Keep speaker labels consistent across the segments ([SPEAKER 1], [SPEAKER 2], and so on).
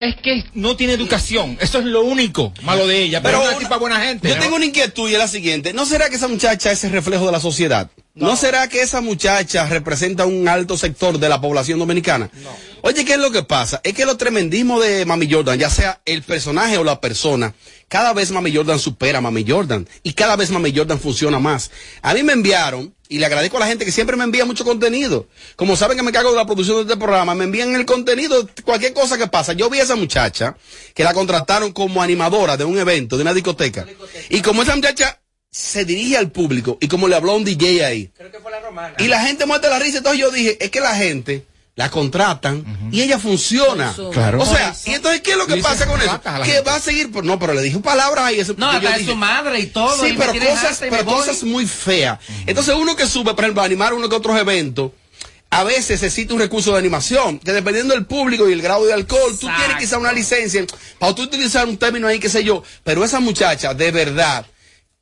[SPEAKER 1] es que no tiene educación. Eso es lo único malo de ella. Pero,
[SPEAKER 2] Pero
[SPEAKER 1] es una
[SPEAKER 2] una-
[SPEAKER 1] tipa buena gente.
[SPEAKER 2] Yo tengo una inquietud y es la siguiente. ¿No será que esa muchacha es el reflejo de la sociedad? ¿No, será que esa muchacha representa un alto sector de la población dominicana? Oye, ¿qué es lo que pasa? Es que los tremendismos de Mami Jordan, ya sea el personaje o la persona, cada vez Mami Jordan supera a Mami Jordan y cada vez Mami Jordan funciona más. A mí me enviaron, y le agradezco a la gente que siempre me envía mucho contenido. Como saben que me cargo de la producción de este programa, me envían el contenido, cualquier cosa que pasa. Yo vi a esa muchacha que la contrataron como animadora de un evento, de una discoteca. Y como esa muchacha se dirige al público y como le habló a un DJ ahí. Y la gente muerta de la risa, entonces yo dije, es que la gente la contratan y ella funciona.
[SPEAKER 3] Eso.
[SPEAKER 1] Claro.
[SPEAKER 2] O sea, y entonces ¿qué es lo que
[SPEAKER 1] Luisa,
[SPEAKER 2] pasa con eso?
[SPEAKER 1] contratas a la
[SPEAKER 2] Que
[SPEAKER 1] gente.
[SPEAKER 2] va a seguir por no, pero le dijo palabras ahí eso.
[SPEAKER 3] No,
[SPEAKER 2] yo
[SPEAKER 3] hasta de
[SPEAKER 2] dije,
[SPEAKER 3] su madre y todo. y
[SPEAKER 2] Sí,
[SPEAKER 3] me
[SPEAKER 2] pero
[SPEAKER 3] tienen
[SPEAKER 2] cosas,
[SPEAKER 3] harta y
[SPEAKER 2] pero
[SPEAKER 3] me voy.
[SPEAKER 2] cosas muy feas. Entonces uno que sube, por ejemplo, a animar uno que otros eventos, a veces se cita un recurso de animación, que dependiendo del público y el grado de alcohol, tú
[SPEAKER 3] Exacto.
[SPEAKER 2] tienes quizá una licencia, para tú utilizar un término ahí, qué sé yo, pero esa muchacha, de verdad,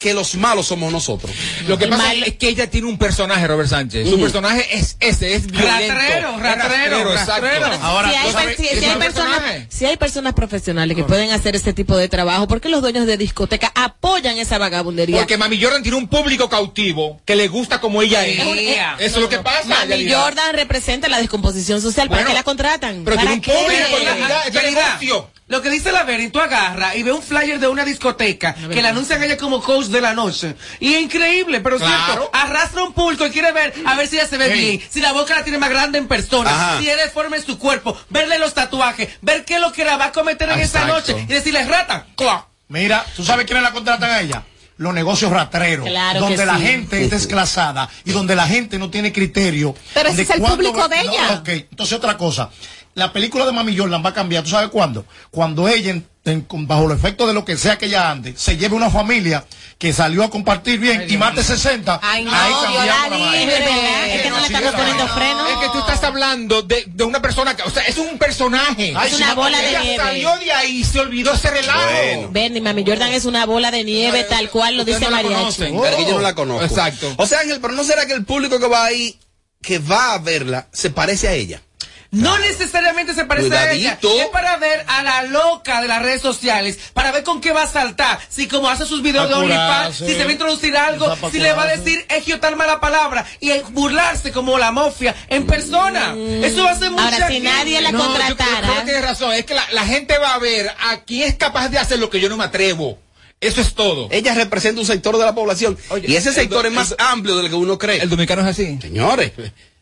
[SPEAKER 2] que los malos somos nosotros.
[SPEAKER 1] Lo que
[SPEAKER 4] El
[SPEAKER 1] pasa
[SPEAKER 4] mal-
[SPEAKER 1] es que ella tiene un personaje, Robert Sánchez. Su
[SPEAKER 2] Mm.
[SPEAKER 1] personaje es ese, es violento.
[SPEAKER 3] Rastrero,
[SPEAKER 1] Es
[SPEAKER 3] rastrero,
[SPEAKER 1] exacto.
[SPEAKER 3] rastrero.
[SPEAKER 1] Ahora,
[SPEAKER 4] si hay,
[SPEAKER 1] ¿tú sabes
[SPEAKER 4] per- si-
[SPEAKER 1] qué
[SPEAKER 4] si
[SPEAKER 1] es
[SPEAKER 4] hay
[SPEAKER 1] un
[SPEAKER 4] personas,
[SPEAKER 1] personaje?
[SPEAKER 4] si hay personas profesionales que pueden hacer ese tipo de trabajo, ¿por qué los dueños de discoteca apoyan esa vagabundería?
[SPEAKER 1] Porque Mami Jordan tiene un público cautivo que le gusta como ella es.
[SPEAKER 4] Es un- es-
[SPEAKER 1] Eso es lo que pasa.
[SPEAKER 4] Mami
[SPEAKER 1] Yalida.
[SPEAKER 4] Jordan representa la descomposición social. ¿Para
[SPEAKER 1] Bueno,
[SPEAKER 4] qué la contratan?
[SPEAKER 1] pero
[SPEAKER 4] ¿Para
[SPEAKER 1] tiene un
[SPEAKER 4] qué?
[SPEAKER 1] público,
[SPEAKER 3] Mira,
[SPEAKER 1] Yalida.
[SPEAKER 3] ah,
[SPEAKER 1] es de
[SPEAKER 3] Yalida,
[SPEAKER 1] negocio.
[SPEAKER 3] Lo que dice la Veri, tú agarras y ve un flyer de una discoteca que le anuncian a ella como coach de la noche. Y es increíble, pero es
[SPEAKER 1] Claro.
[SPEAKER 3] cierto, arrastra un público y quiere ver a ver si ella se ve
[SPEAKER 1] Sí.
[SPEAKER 3] bien, si la boca la tiene más grande en persona,
[SPEAKER 2] Ajá.
[SPEAKER 3] si es deforme en su cuerpo, verle los tatuajes, ver qué es lo que la va a cometer en esa
[SPEAKER 1] Exacto.
[SPEAKER 3] noche y decirle rata. ¡cua!
[SPEAKER 5] Mira, ¿tú sabes quiénes la contratan a ella? Los negocios rastreros,
[SPEAKER 4] Claro
[SPEAKER 5] donde
[SPEAKER 4] que
[SPEAKER 5] la
[SPEAKER 4] sí.
[SPEAKER 5] gente es desclasada y donde la gente no tiene criterio.
[SPEAKER 6] Pero ese es el
[SPEAKER 5] cuándo
[SPEAKER 6] público
[SPEAKER 5] va-
[SPEAKER 6] de
[SPEAKER 5] no,
[SPEAKER 6] ella.
[SPEAKER 5] ok, entonces otra cosa. La película de Mami Jordan va a cambiar, ¿tú sabes cuándo? Cuando ella, en- en- con- bajo el efecto de lo que sea que ella ande, se lleve una familia que salió a compartir bien y más de 60.
[SPEAKER 4] Ay, no,
[SPEAKER 5] ahí
[SPEAKER 4] yo
[SPEAKER 5] cambiamos
[SPEAKER 4] la
[SPEAKER 5] vaina.
[SPEAKER 4] dije, ¿verdad? Es que no le
[SPEAKER 5] Así es
[SPEAKER 4] estamos
[SPEAKER 5] la
[SPEAKER 4] poniendo
[SPEAKER 5] vaina.
[SPEAKER 4] freno.
[SPEAKER 1] Es que tú estás hablando de, de una persona que, o sea, es un personaje.
[SPEAKER 4] Es una bola de
[SPEAKER 1] ella
[SPEAKER 4] nieve.
[SPEAKER 1] salió de ahí y se olvidó ese relajo.
[SPEAKER 2] Bueno.
[SPEAKER 4] Ven, y Mami Jordan es una bola de nieve, tal cual lo
[SPEAKER 1] Ustedes
[SPEAKER 4] dice
[SPEAKER 1] no la
[SPEAKER 4] Mariachi.
[SPEAKER 1] conocen.
[SPEAKER 2] Pero que yo no la conozco.
[SPEAKER 1] Exacto.
[SPEAKER 2] O sea, Ángel, pero no será que el público que va ahí, que va a verla, se parece a ella.
[SPEAKER 3] No necesariamente se parece a
[SPEAKER 2] Cuidadito.
[SPEAKER 3] ella. Es para ver a la loca de las redes sociales, para ver con qué va a saltar. Si como hace sus videos de
[SPEAKER 5] Apurarse.
[SPEAKER 3] OnlyFans, si se va a introducir algo,
[SPEAKER 5] Apurarse.
[SPEAKER 3] si le va a decir ejio tal mala palabra y eh, burlarse como la mafia en persona. Eso va a ser mucha
[SPEAKER 4] Mm. Ahora, si
[SPEAKER 3] gente.
[SPEAKER 4] nadie la
[SPEAKER 1] No, yo-
[SPEAKER 4] contratara.
[SPEAKER 1] Yo, creo que tienes razón. Es que la, la gente va a ver a quién es capaz de hacer lo que yo no me atrevo. Eso es todo.
[SPEAKER 2] Ella representa un sector de la población
[SPEAKER 1] Oye,
[SPEAKER 2] y ese
[SPEAKER 1] el
[SPEAKER 2] sector
[SPEAKER 1] do-
[SPEAKER 2] es más
[SPEAKER 1] el do-
[SPEAKER 2] amplio de lo que uno cree.
[SPEAKER 1] dominicano es así.
[SPEAKER 2] Señores,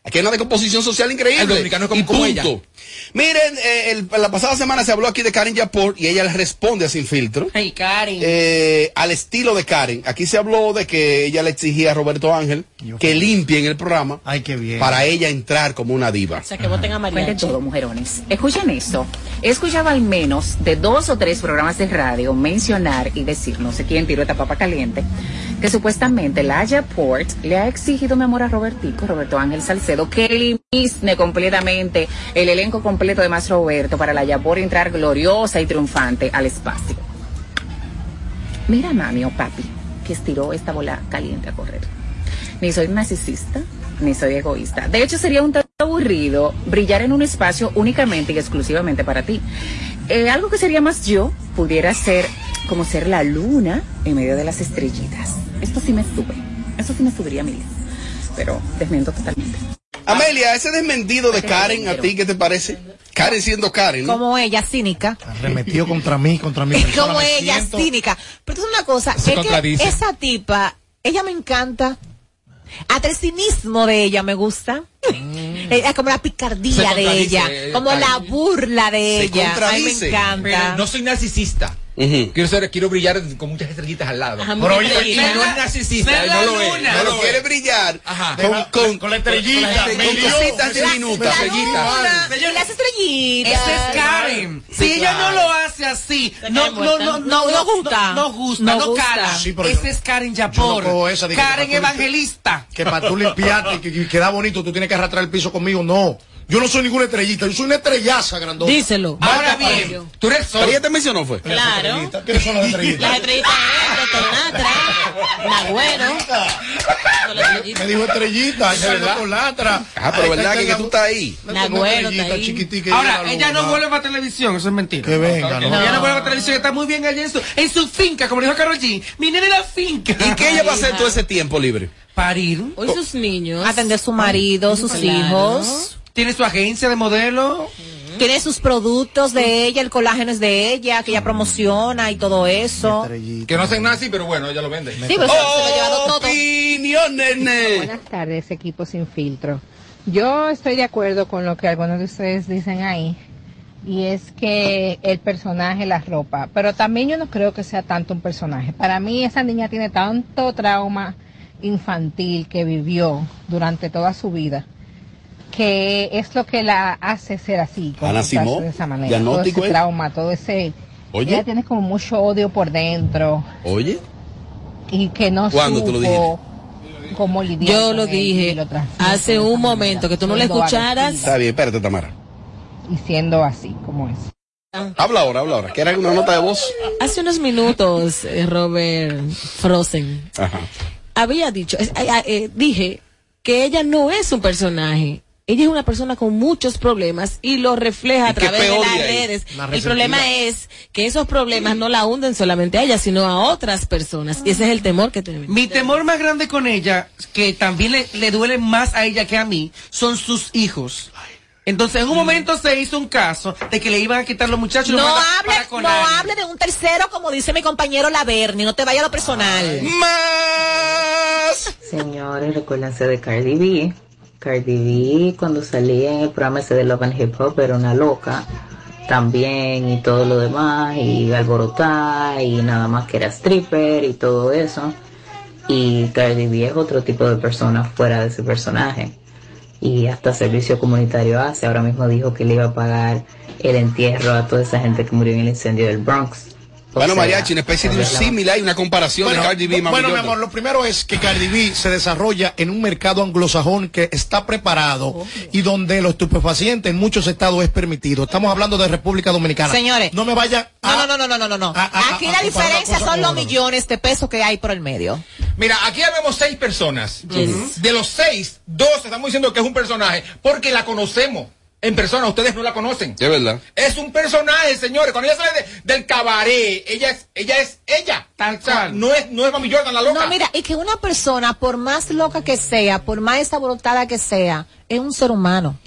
[SPEAKER 2] aquí hay una decomposición social increíble.
[SPEAKER 1] El dominicano es como-
[SPEAKER 2] y
[SPEAKER 1] como ella.
[SPEAKER 2] punto. Miren, eh, el- la pasada semana se habló aquí de Karen Yapor y ella le responde a Sin Filtro.
[SPEAKER 3] Ay, Karen.
[SPEAKER 2] eh, al estilo de Karen. Aquí se habló de que ella le exigía a Roberto Ángel
[SPEAKER 5] Yo-
[SPEAKER 2] que limpien el programa
[SPEAKER 5] Ay, qué bien.
[SPEAKER 2] para ella entrar como una diva.
[SPEAKER 4] O sea, que voten a
[SPEAKER 7] Fue de
[SPEAKER 4] Mariachi.
[SPEAKER 7] todo, mujerones. Escuchen esto. He escuchado al menos de dos o tres programas de radio mencionar y decir, no sé quién tiró esta papa caliente, que supuestamente la Haya Port le ha exigido, mi amor, a Robertico, Roberto Ángel Salcedo, que elimine completamente el elenco completo de Más Roberto para la Haya Port entrar gloriosa y triunfante al espacio. Mira, mami o papi, que estiró esta bola caliente a correr. Ni soy narcisista, ni soy egoísta. De hecho, sería un tanto aburrido brillar en un espacio únicamente y exclusivamente para ti. Eh, algo que sería más yo pudiera ser como ser la luna en medio de las estrellitas. Esto sí me sube. Esto sí me subiría a miles. Pero desmiento totalmente.
[SPEAKER 3] Ah.
[SPEAKER 2] Amelia, ese desmentido de
[SPEAKER 7] Ay,
[SPEAKER 2] Karen, ¿a
[SPEAKER 7] pero-
[SPEAKER 2] ti qué te parece? Karen siendo Karen. ¿no? Ah,
[SPEAKER 6] Como ella, cínica.
[SPEAKER 5] Arremetió contra mí, contra mi persona.
[SPEAKER 6] Como
[SPEAKER 5] me
[SPEAKER 6] ella,
[SPEAKER 5] siento-
[SPEAKER 6] cínica. Pero es una cosa,
[SPEAKER 1] Se
[SPEAKER 6] es que
[SPEAKER 1] contradice.
[SPEAKER 6] esa tipa, ella me encanta. Hasta el cinismo de ella me gusta. Eh, como la
[SPEAKER 1] Se
[SPEAKER 6] picardía de
[SPEAKER 1] contradice,
[SPEAKER 6] ella,
[SPEAKER 1] eh,
[SPEAKER 6] como
[SPEAKER 1] Karen.
[SPEAKER 6] la burla de
[SPEAKER 2] Se
[SPEAKER 6] ella. Ay, me
[SPEAKER 2] contradice.
[SPEAKER 6] encanta.
[SPEAKER 1] No soy narcisista.
[SPEAKER 2] Ujú.
[SPEAKER 1] Quiero ser, quiero brillar con muchas estrellitas al lado.
[SPEAKER 4] Ajá,
[SPEAKER 1] Y
[SPEAKER 4] muy
[SPEAKER 5] Pero oye,
[SPEAKER 4] bien.
[SPEAKER 3] Ser
[SPEAKER 1] no
[SPEAKER 3] la-
[SPEAKER 1] es narcisista,
[SPEAKER 3] ser
[SPEAKER 1] no
[SPEAKER 3] la
[SPEAKER 1] lo es.
[SPEAKER 3] luna.
[SPEAKER 1] no
[SPEAKER 2] Pero
[SPEAKER 1] lo
[SPEAKER 2] quiere
[SPEAKER 1] es.
[SPEAKER 2] brillar
[SPEAKER 1] Ajá.
[SPEAKER 2] con, con-
[SPEAKER 5] la estrellita,
[SPEAKER 2] con
[SPEAKER 5] me dio.
[SPEAKER 2] cositas
[SPEAKER 6] La-
[SPEAKER 2] diminutas.
[SPEAKER 6] la luna y
[SPEAKER 3] Señor-
[SPEAKER 6] las estrellitas.
[SPEAKER 3] Esa es Karen.
[SPEAKER 1] Sí,
[SPEAKER 3] Si ella no
[SPEAKER 1] claro.
[SPEAKER 3] lo hace así,
[SPEAKER 4] Se
[SPEAKER 3] no,
[SPEAKER 4] cae
[SPEAKER 3] no,
[SPEAKER 4] muerta.
[SPEAKER 3] no, no,
[SPEAKER 6] No, no gusta.
[SPEAKER 3] No, no gusta,
[SPEAKER 6] No
[SPEAKER 3] no,
[SPEAKER 6] gusta.
[SPEAKER 3] cala.
[SPEAKER 5] Sí, pero
[SPEAKER 3] Esa
[SPEAKER 5] yo-
[SPEAKER 3] es Karen
[SPEAKER 5] yo no cojo
[SPEAKER 3] Yapor.
[SPEAKER 5] esa, dije,
[SPEAKER 3] Karen
[SPEAKER 5] Yapor.
[SPEAKER 3] Evangelista.
[SPEAKER 5] que para tú limpiarte y que, y queda bonito, tú tienes que arrastrar el piso conmigo. No, yo no soy ninguna estrellita, yo soy una estrellaza grandota.
[SPEAKER 4] Díselo.
[SPEAKER 3] Ahora
[SPEAKER 5] Marca
[SPEAKER 3] bien,
[SPEAKER 5] Pablo.
[SPEAKER 1] Tú eres
[SPEAKER 2] Pero
[SPEAKER 1] solo.
[SPEAKER 2] ella te mencionó, fue.
[SPEAKER 4] Claro.
[SPEAKER 5] Estrellita, ¿Quiénes son las estrellitas?
[SPEAKER 4] Las estrellitas de Tonatra. Nagüero.
[SPEAKER 5] Me dijo estrellita,
[SPEAKER 1] Es
[SPEAKER 5] ya
[SPEAKER 1] verdad.
[SPEAKER 5] no latra.
[SPEAKER 2] Ah, pero verdad que, que tú estás ahí.
[SPEAKER 4] Nagüero está ahí.
[SPEAKER 3] Ahora, ella no
[SPEAKER 5] vuelve
[SPEAKER 3] vuelve para televisión, eso es mentira.
[SPEAKER 5] Que venga, ¿no?
[SPEAKER 3] Ella no vuelve para televisión, está muy bien allá en su, en su finca, como dijo Carol G. Mi nena en la finca.
[SPEAKER 2] ¿Y qué ella va a hacer todo ese tiempo libre?
[SPEAKER 3] Parir. Oh.
[SPEAKER 4] Hoy sus niños.
[SPEAKER 6] Atender a su marido, sus
[SPEAKER 4] Claro.
[SPEAKER 6] hijos.
[SPEAKER 3] Tiene su agencia de modelo.
[SPEAKER 6] Tiene sus productos de ella, el colágeno es de ella, que ella promociona y todo eso.
[SPEAKER 1] Que no hacen nada así, pero bueno, ella lo vende. Oh.
[SPEAKER 6] Sí, pero se, se lo ha llevado todo.
[SPEAKER 2] Opiniones, nene.
[SPEAKER 8] Buenas tardes, equipo sin filtro. Yo estoy de acuerdo con lo que algunos de ustedes dicen ahí, y es que el personaje, la ropa, pero también yo no creo que sea tanto un personaje. Para mí esa niña tiene tanto trauma infantil que vivió durante toda su vida, que es lo que la hace ser así,
[SPEAKER 2] Ana
[SPEAKER 8] comportarse
[SPEAKER 2] Simó,
[SPEAKER 8] de esa manera. Todo
[SPEAKER 2] diagnóstico,
[SPEAKER 8] ese
[SPEAKER 2] ¿eh?
[SPEAKER 8] trauma, todo ese...
[SPEAKER 2] Oye.
[SPEAKER 8] Ella tiene como mucho odio por dentro
[SPEAKER 2] Oye,
[SPEAKER 8] y que no
[SPEAKER 2] ¿Cuándo tú lo
[SPEAKER 8] supo cómo lidiar
[SPEAKER 4] Yo
[SPEAKER 8] con
[SPEAKER 4] lo
[SPEAKER 8] él y
[SPEAKER 4] dije
[SPEAKER 8] lo transmite
[SPEAKER 4] hace
[SPEAKER 8] de esa
[SPEAKER 4] un
[SPEAKER 8] manera,
[SPEAKER 4] momento que tú no la
[SPEAKER 8] siendo
[SPEAKER 4] escucharas.
[SPEAKER 2] está bien, espérate, Tamara.
[SPEAKER 8] agresiva y siendo así como es.
[SPEAKER 2] Habla ahora, habla ahora. Que era una nota de voz.
[SPEAKER 4] Hace unos minutos, eh, Robert Frozen
[SPEAKER 2] Ajá.
[SPEAKER 4] había dicho, es- eh, eh, dije que ella no es un personaje. Ella es una persona con muchos problemas y lo refleja
[SPEAKER 2] ¿Y
[SPEAKER 4] a
[SPEAKER 2] qué
[SPEAKER 4] través de
[SPEAKER 2] peor
[SPEAKER 4] las
[SPEAKER 2] de ahí?
[SPEAKER 4] redes.
[SPEAKER 5] Una
[SPEAKER 4] El
[SPEAKER 5] resentida.
[SPEAKER 4] problema es que esos problemas no la hunden solamente a ella, sino a otras personas. Y ese es el temor que tenemos.
[SPEAKER 3] Mi temor más grande con ella, que también le, le duele más a ella que a mí, son sus hijos. Entonces, en un momento se hizo un caso de que le iban a quitar los muchachos. y
[SPEAKER 6] No
[SPEAKER 3] los mandaban
[SPEAKER 6] hable,
[SPEAKER 3] para
[SPEAKER 6] no
[SPEAKER 3] Conani.
[SPEAKER 6] hable de un tercero, como dice mi compañero Laverni, no te vaya a lo personal.
[SPEAKER 2] Más.
[SPEAKER 9] Señores, recuérdense de Cardi B. Cardi B cuando salía en el programa ese de Love and Hip Hop era una loca también y todo lo demás y alborotada y nada más que era stripper y todo eso. Y Cardi B es otro tipo de persona fuera de ese personaje y hasta servicio comunitario hace. Ahora mismo dijo que le iba a pagar el entierro a toda esa gente que murió en el incendio del Bronx. O
[SPEAKER 2] Bueno,
[SPEAKER 9] sea,
[SPEAKER 2] Mariachi, una especie de un
[SPEAKER 9] habla-
[SPEAKER 2] similar y una comparación
[SPEAKER 5] Bueno,
[SPEAKER 2] de Cardi B y Mami
[SPEAKER 5] bueno, mi
[SPEAKER 2] Jordan.
[SPEAKER 5] amor, lo primero es que Cardi B se desarrolla en un mercado anglosajón que está preparado y donde los estupefacientes en muchos estados es permitido. Estamos hablando de República Dominicana.
[SPEAKER 6] Señores.
[SPEAKER 5] No me vayan a...
[SPEAKER 6] No, no, no, no, no, no, no.
[SPEAKER 5] Ah, ah,
[SPEAKER 6] Aquí
[SPEAKER 5] ah,
[SPEAKER 6] la
[SPEAKER 5] ah,
[SPEAKER 6] diferencia
[SPEAKER 5] para una cosa
[SPEAKER 6] son los
[SPEAKER 5] con otra.
[SPEAKER 6] millones de pesos que hay por el medio.
[SPEAKER 1] Mira, aquí ya vemos seis personas.
[SPEAKER 4] Yes.
[SPEAKER 1] De los seis, dos estamos diciendo que es un personaje porque la conocemos en persona. Ustedes no la conocen.
[SPEAKER 2] Es verdad.
[SPEAKER 1] Es un personaje, señores. Cuando ella sale de- del cabaret, ella es ella. Es ella.
[SPEAKER 3] Tal
[SPEAKER 1] O sea,
[SPEAKER 3] cual.
[SPEAKER 1] No es, no es Mami Jordan la loca.
[SPEAKER 6] No, mira, y que una persona, por más loca que sea, por más desaborotada que sea, es un ser humano.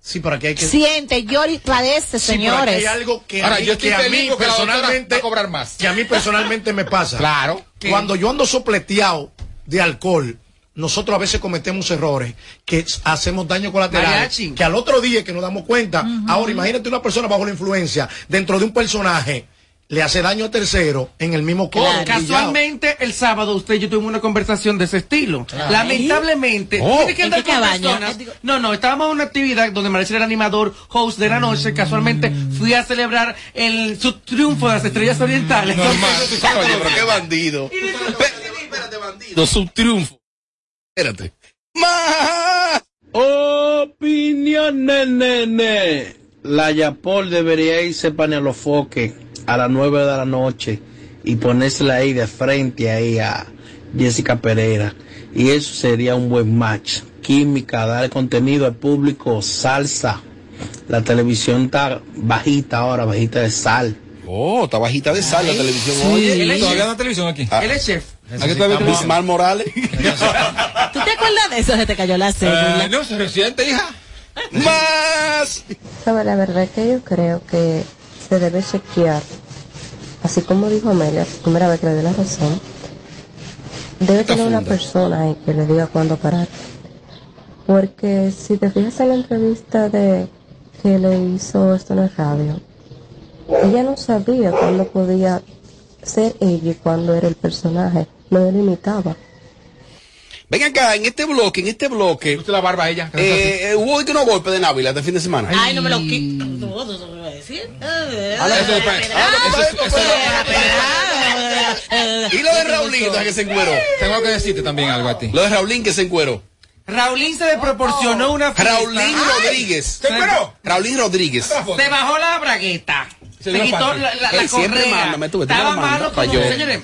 [SPEAKER 5] Sí, pero aquí hay que...
[SPEAKER 6] Siente, llora y padece,
[SPEAKER 5] Sí, pero aquí
[SPEAKER 6] señores.
[SPEAKER 5] hay algo que
[SPEAKER 1] Ahora,
[SPEAKER 5] a mí,
[SPEAKER 1] yo estoy
[SPEAKER 5] que a
[SPEAKER 1] feliz
[SPEAKER 5] mí
[SPEAKER 1] porque la doctora
[SPEAKER 5] personalmente
[SPEAKER 1] va a cobrar más.
[SPEAKER 5] Que a mí personalmente me pasa.
[SPEAKER 1] Claro.
[SPEAKER 5] Cuando yo ando sopleteado de alcohol, nosotros a veces cometemos errores que s- hacemos daño colateral.
[SPEAKER 3] Mariachi.
[SPEAKER 5] Que al otro día que nos damos cuenta. Ahora, imagínate una persona bajo la influencia, dentro de un personaje, le hace daño a tercero en el mismo coro.
[SPEAKER 1] Oh,
[SPEAKER 5] brillado.
[SPEAKER 3] Casualmente, el sábado usted y yo tuvimos una conversación de ese estilo. Lamentablemente,
[SPEAKER 2] Oh.
[SPEAKER 3] tiene que
[SPEAKER 4] ¿En
[SPEAKER 3] andar
[SPEAKER 4] qué
[SPEAKER 3] con
[SPEAKER 4] cabaña?
[SPEAKER 3] personas- Eh, No, no, estábamos en una actividad donde Maricel era animador, host de la noche. Casualmente fui a celebrar el, su triunfo de las estrellas orientales. Entonces,
[SPEAKER 2] Oye, pero qué bandido. Espérate, bandido. Su triunfo. Espérate. Más.
[SPEAKER 10] Opinión, nene. La Yapol debería irse para Neolofoque a las 9 de la noche y ponérsela ahí de frente ahí a Jessica Pereira. Y eso sería un buen match. Química, dar contenido al público, salsa. La televisión está bajita ahora, bajita de sal.
[SPEAKER 2] Oh, está bajita de sal la televisión. Oye,
[SPEAKER 1] Él es todavía da televisión aquí.
[SPEAKER 2] Ah.
[SPEAKER 3] él es chef.
[SPEAKER 1] Aquí todavía tenemos-
[SPEAKER 2] Bismarck Morales.
[SPEAKER 4] ¿Tú te acuerdas de eso? Se te cayó la cédula.
[SPEAKER 1] Eh, no, se resiente, hija.
[SPEAKER 3] Eh,
[SPEAKER 2] Más.
[SPEAKER 8] Sabe, la verdad es que yo creo que se debe chequear, así como dijo Amelia, la primera vez que le dio la razón, debe
[SPEAKER 2] Está
[SPEAKER 8] tener una
[SPEAKER 2] funda.
[SPEAKER 8] persona ahí que le diga cuándo parar. Porque si te fijas en la entrevista de que le hizo esto en la radio, ella no sabía cuándo podía ser ella y cuándo era el personaje, no lo limitaba.
[SPEAKER 2] Ven acá, en este bloque, en este bloque,
[SPEAKER 1] Usted la barba a ella. que no sea así.
[SPEAKER 2] eh, eh, hubo hoy que no golpe de Návila este fin de semana.
[SPEAKER 4] Ay, no me lo quito. No, no, no me lo decir. Ah,
[SPEAKER 1] Ahora, eso es pa- eso es- eso es-
[SPEAKER 6] Eh,
[SPEAKER 2] Y lo de Raulita que se encueró.
[SPEAKER 1] Tengo que decirte también algo a ti.
[SPEAKER 2] Lo de Raulín que se encueró.
[SPEAKER 3] Raulín se le Oh. proporcionó una fiesta.
[SPEAKER 2] Raulín Rodríguez.
[SPEAKER 1] ¿Se encueró?
[SPEAKER 2] Raulín Rodríguez.
[SPEAKER 1] Otra foto.
[SPEAKER 3] Se bajó la bragueta. Se,
[SPEAKER 2] dio la
[SPEAKER 3] quitó
[SPEAKER 2] parte.
[SPEAKER 3] la, la,
[SPEAKER 2] Él
[SPEAKER 3] la
[SPEAKER 2] siempre
[SPEAKER 3] correa.
[SPEAKER 2] manda, me tuve, tú me la
[SPEAKER 3] Estaba
[SPEAKER 2] mandas,
[SPEAKER 3] malo.
[SPEAKER 2] falló.
[SPEAKER 3] como- Señores,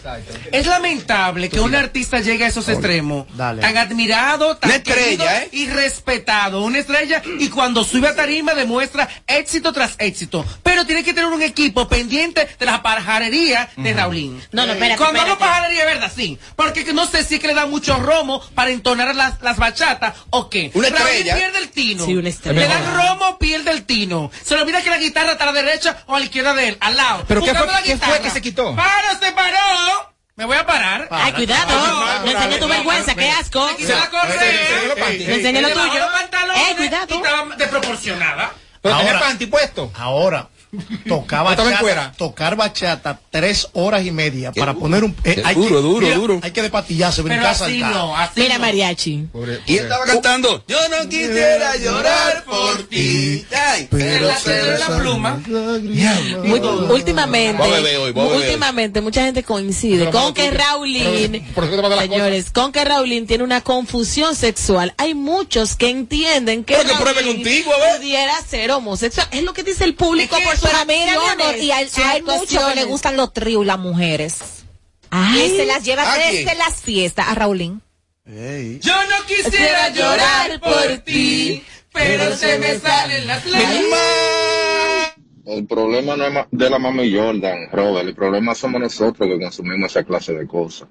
[SPEAKER 3] es lamentable que un artista llegue a esos extremos. Tan admirado, tan
[SPEAKER 2] Una estrella,
[SPEAKER 11] ¿eh?
[SPEAKER 3] querido y respetado. Una estrella y cuando sube a tarima demuestra éxito tras éxito. Pero tiene que tener un equipo pendiente de la pajarería de Raulín.
[SPEAKER 11] No, no, espérate,
[SPEAKER 3] Cuando hablo
[SPEAKER 11] espérate.
[SPEAKER 3] pajarería, ¿verdad? Sí. Porque no sé si es que le da mucho romo para entonar las, las bachatas o qué.
[SPEAKER 11] Una
[SPEAKER 3] Raulín
[SPEAKER 11] estrella.
[SPEAKER 3] pierde el tino.
[SPEAKER 11] Sí, una estrella.
[SPEAKER 3] Le dan romo, pierde el tino. Se le olvida que la guitarra está a la derecha o a la izquierda de él, al lado.
[SPEAKER 11] ¿Pero qué
[SPEAKER 3] Buscando
[SPEAKER 11] fue-
[SPEAKER 3] la
[SPEAKER 11] qué fue
[SPEAKER 3] guitarra.
[SPEAKER 11] que se quitó? Ah.
[SPEAKER 3] ¡Para, se paró! Me voy a parar.
[SPEAKER 11] Ay, cuidado. No enseñes tu vergüenza, qué asco.
[SPEAKER 3] Se quitó la correa.
[SPEAKER 11] No enseñes lo
[SPEAKER 3] Se le bajó
[SPEAKER 11] tuyo.
[SPEAKER 3] ¿eh? los pantalones Y estaba desproporcionada.
[SPEAKER 5] ahora, puesto. Ahora, tocar
[SPEAKER 3] No estaba en
[SPEAKER 5] bachata,
[SPEAKER 3] cuera.
[SPEAKER 5] tocar bachata tres horas y media para poner un... eh, hay que- mira, Hay que despatillarse, brincar, saltar.
[SPEAKER 4] Mira, mariachi.
[SPEAKER 2] Y estaba cantando. Yo no quisiera llorar por ti. Ay,
[SPEAKER 5] pero
[SPEAKER 4] se
[SPEAKER 2] la pluma.
[SPEAKER 4] Muy- últimamente,
[SPEAKER 2] Voy a beber hoy, voy a beber
[SPEAKER 4] últimamente mucha gente coincide
[SPEAKER 2] Pero
[SPEAKER 4] con
[SPEAKER 2] mando
[SPEAKER 4] que
[SPEAKER 2] tú-
[SPEAKER 4] Raulín,
[SPEAKER 2] por eso te mando las
[SPEAKER 4] señores, con que Raulín tiene una confusión sexual. Hay muchos que entienden que,
[SPEAKER 2] Pero que pruebe
[SPEAKER 4] Raulín
[SPEAKER 2] contigo,
[SPEAKER 4] pudiera ser homosexual. Es lo que dice el público por sus
[SPEAKER 6] Pero mira, mi amor,
[SPEAKER 4] acciones,
[SPEAKER 6] y hay,
[SPEAKER 4] sus
[SPEAKER 6] hay muchos que le
[SPEAKER 4] actuaciones.
[SPEAKER 6] gustan los tríos, las mujeres.
[SPEAKER 4] Ay.
[SPEAKER 6] Que se las lleva
[SPEAKER 4] ¿A quién?
[SPEAKER 6] desde las fiestas a Raulín.
[SPEAKER 3] Yo no quisiera llorar por ti, pero se me salen las lágrimas.
[SPEAKER 12] El problema no es ma- de la mami Jordan, Robert. El problema somos nosotros que consumimos esa clase de cosas.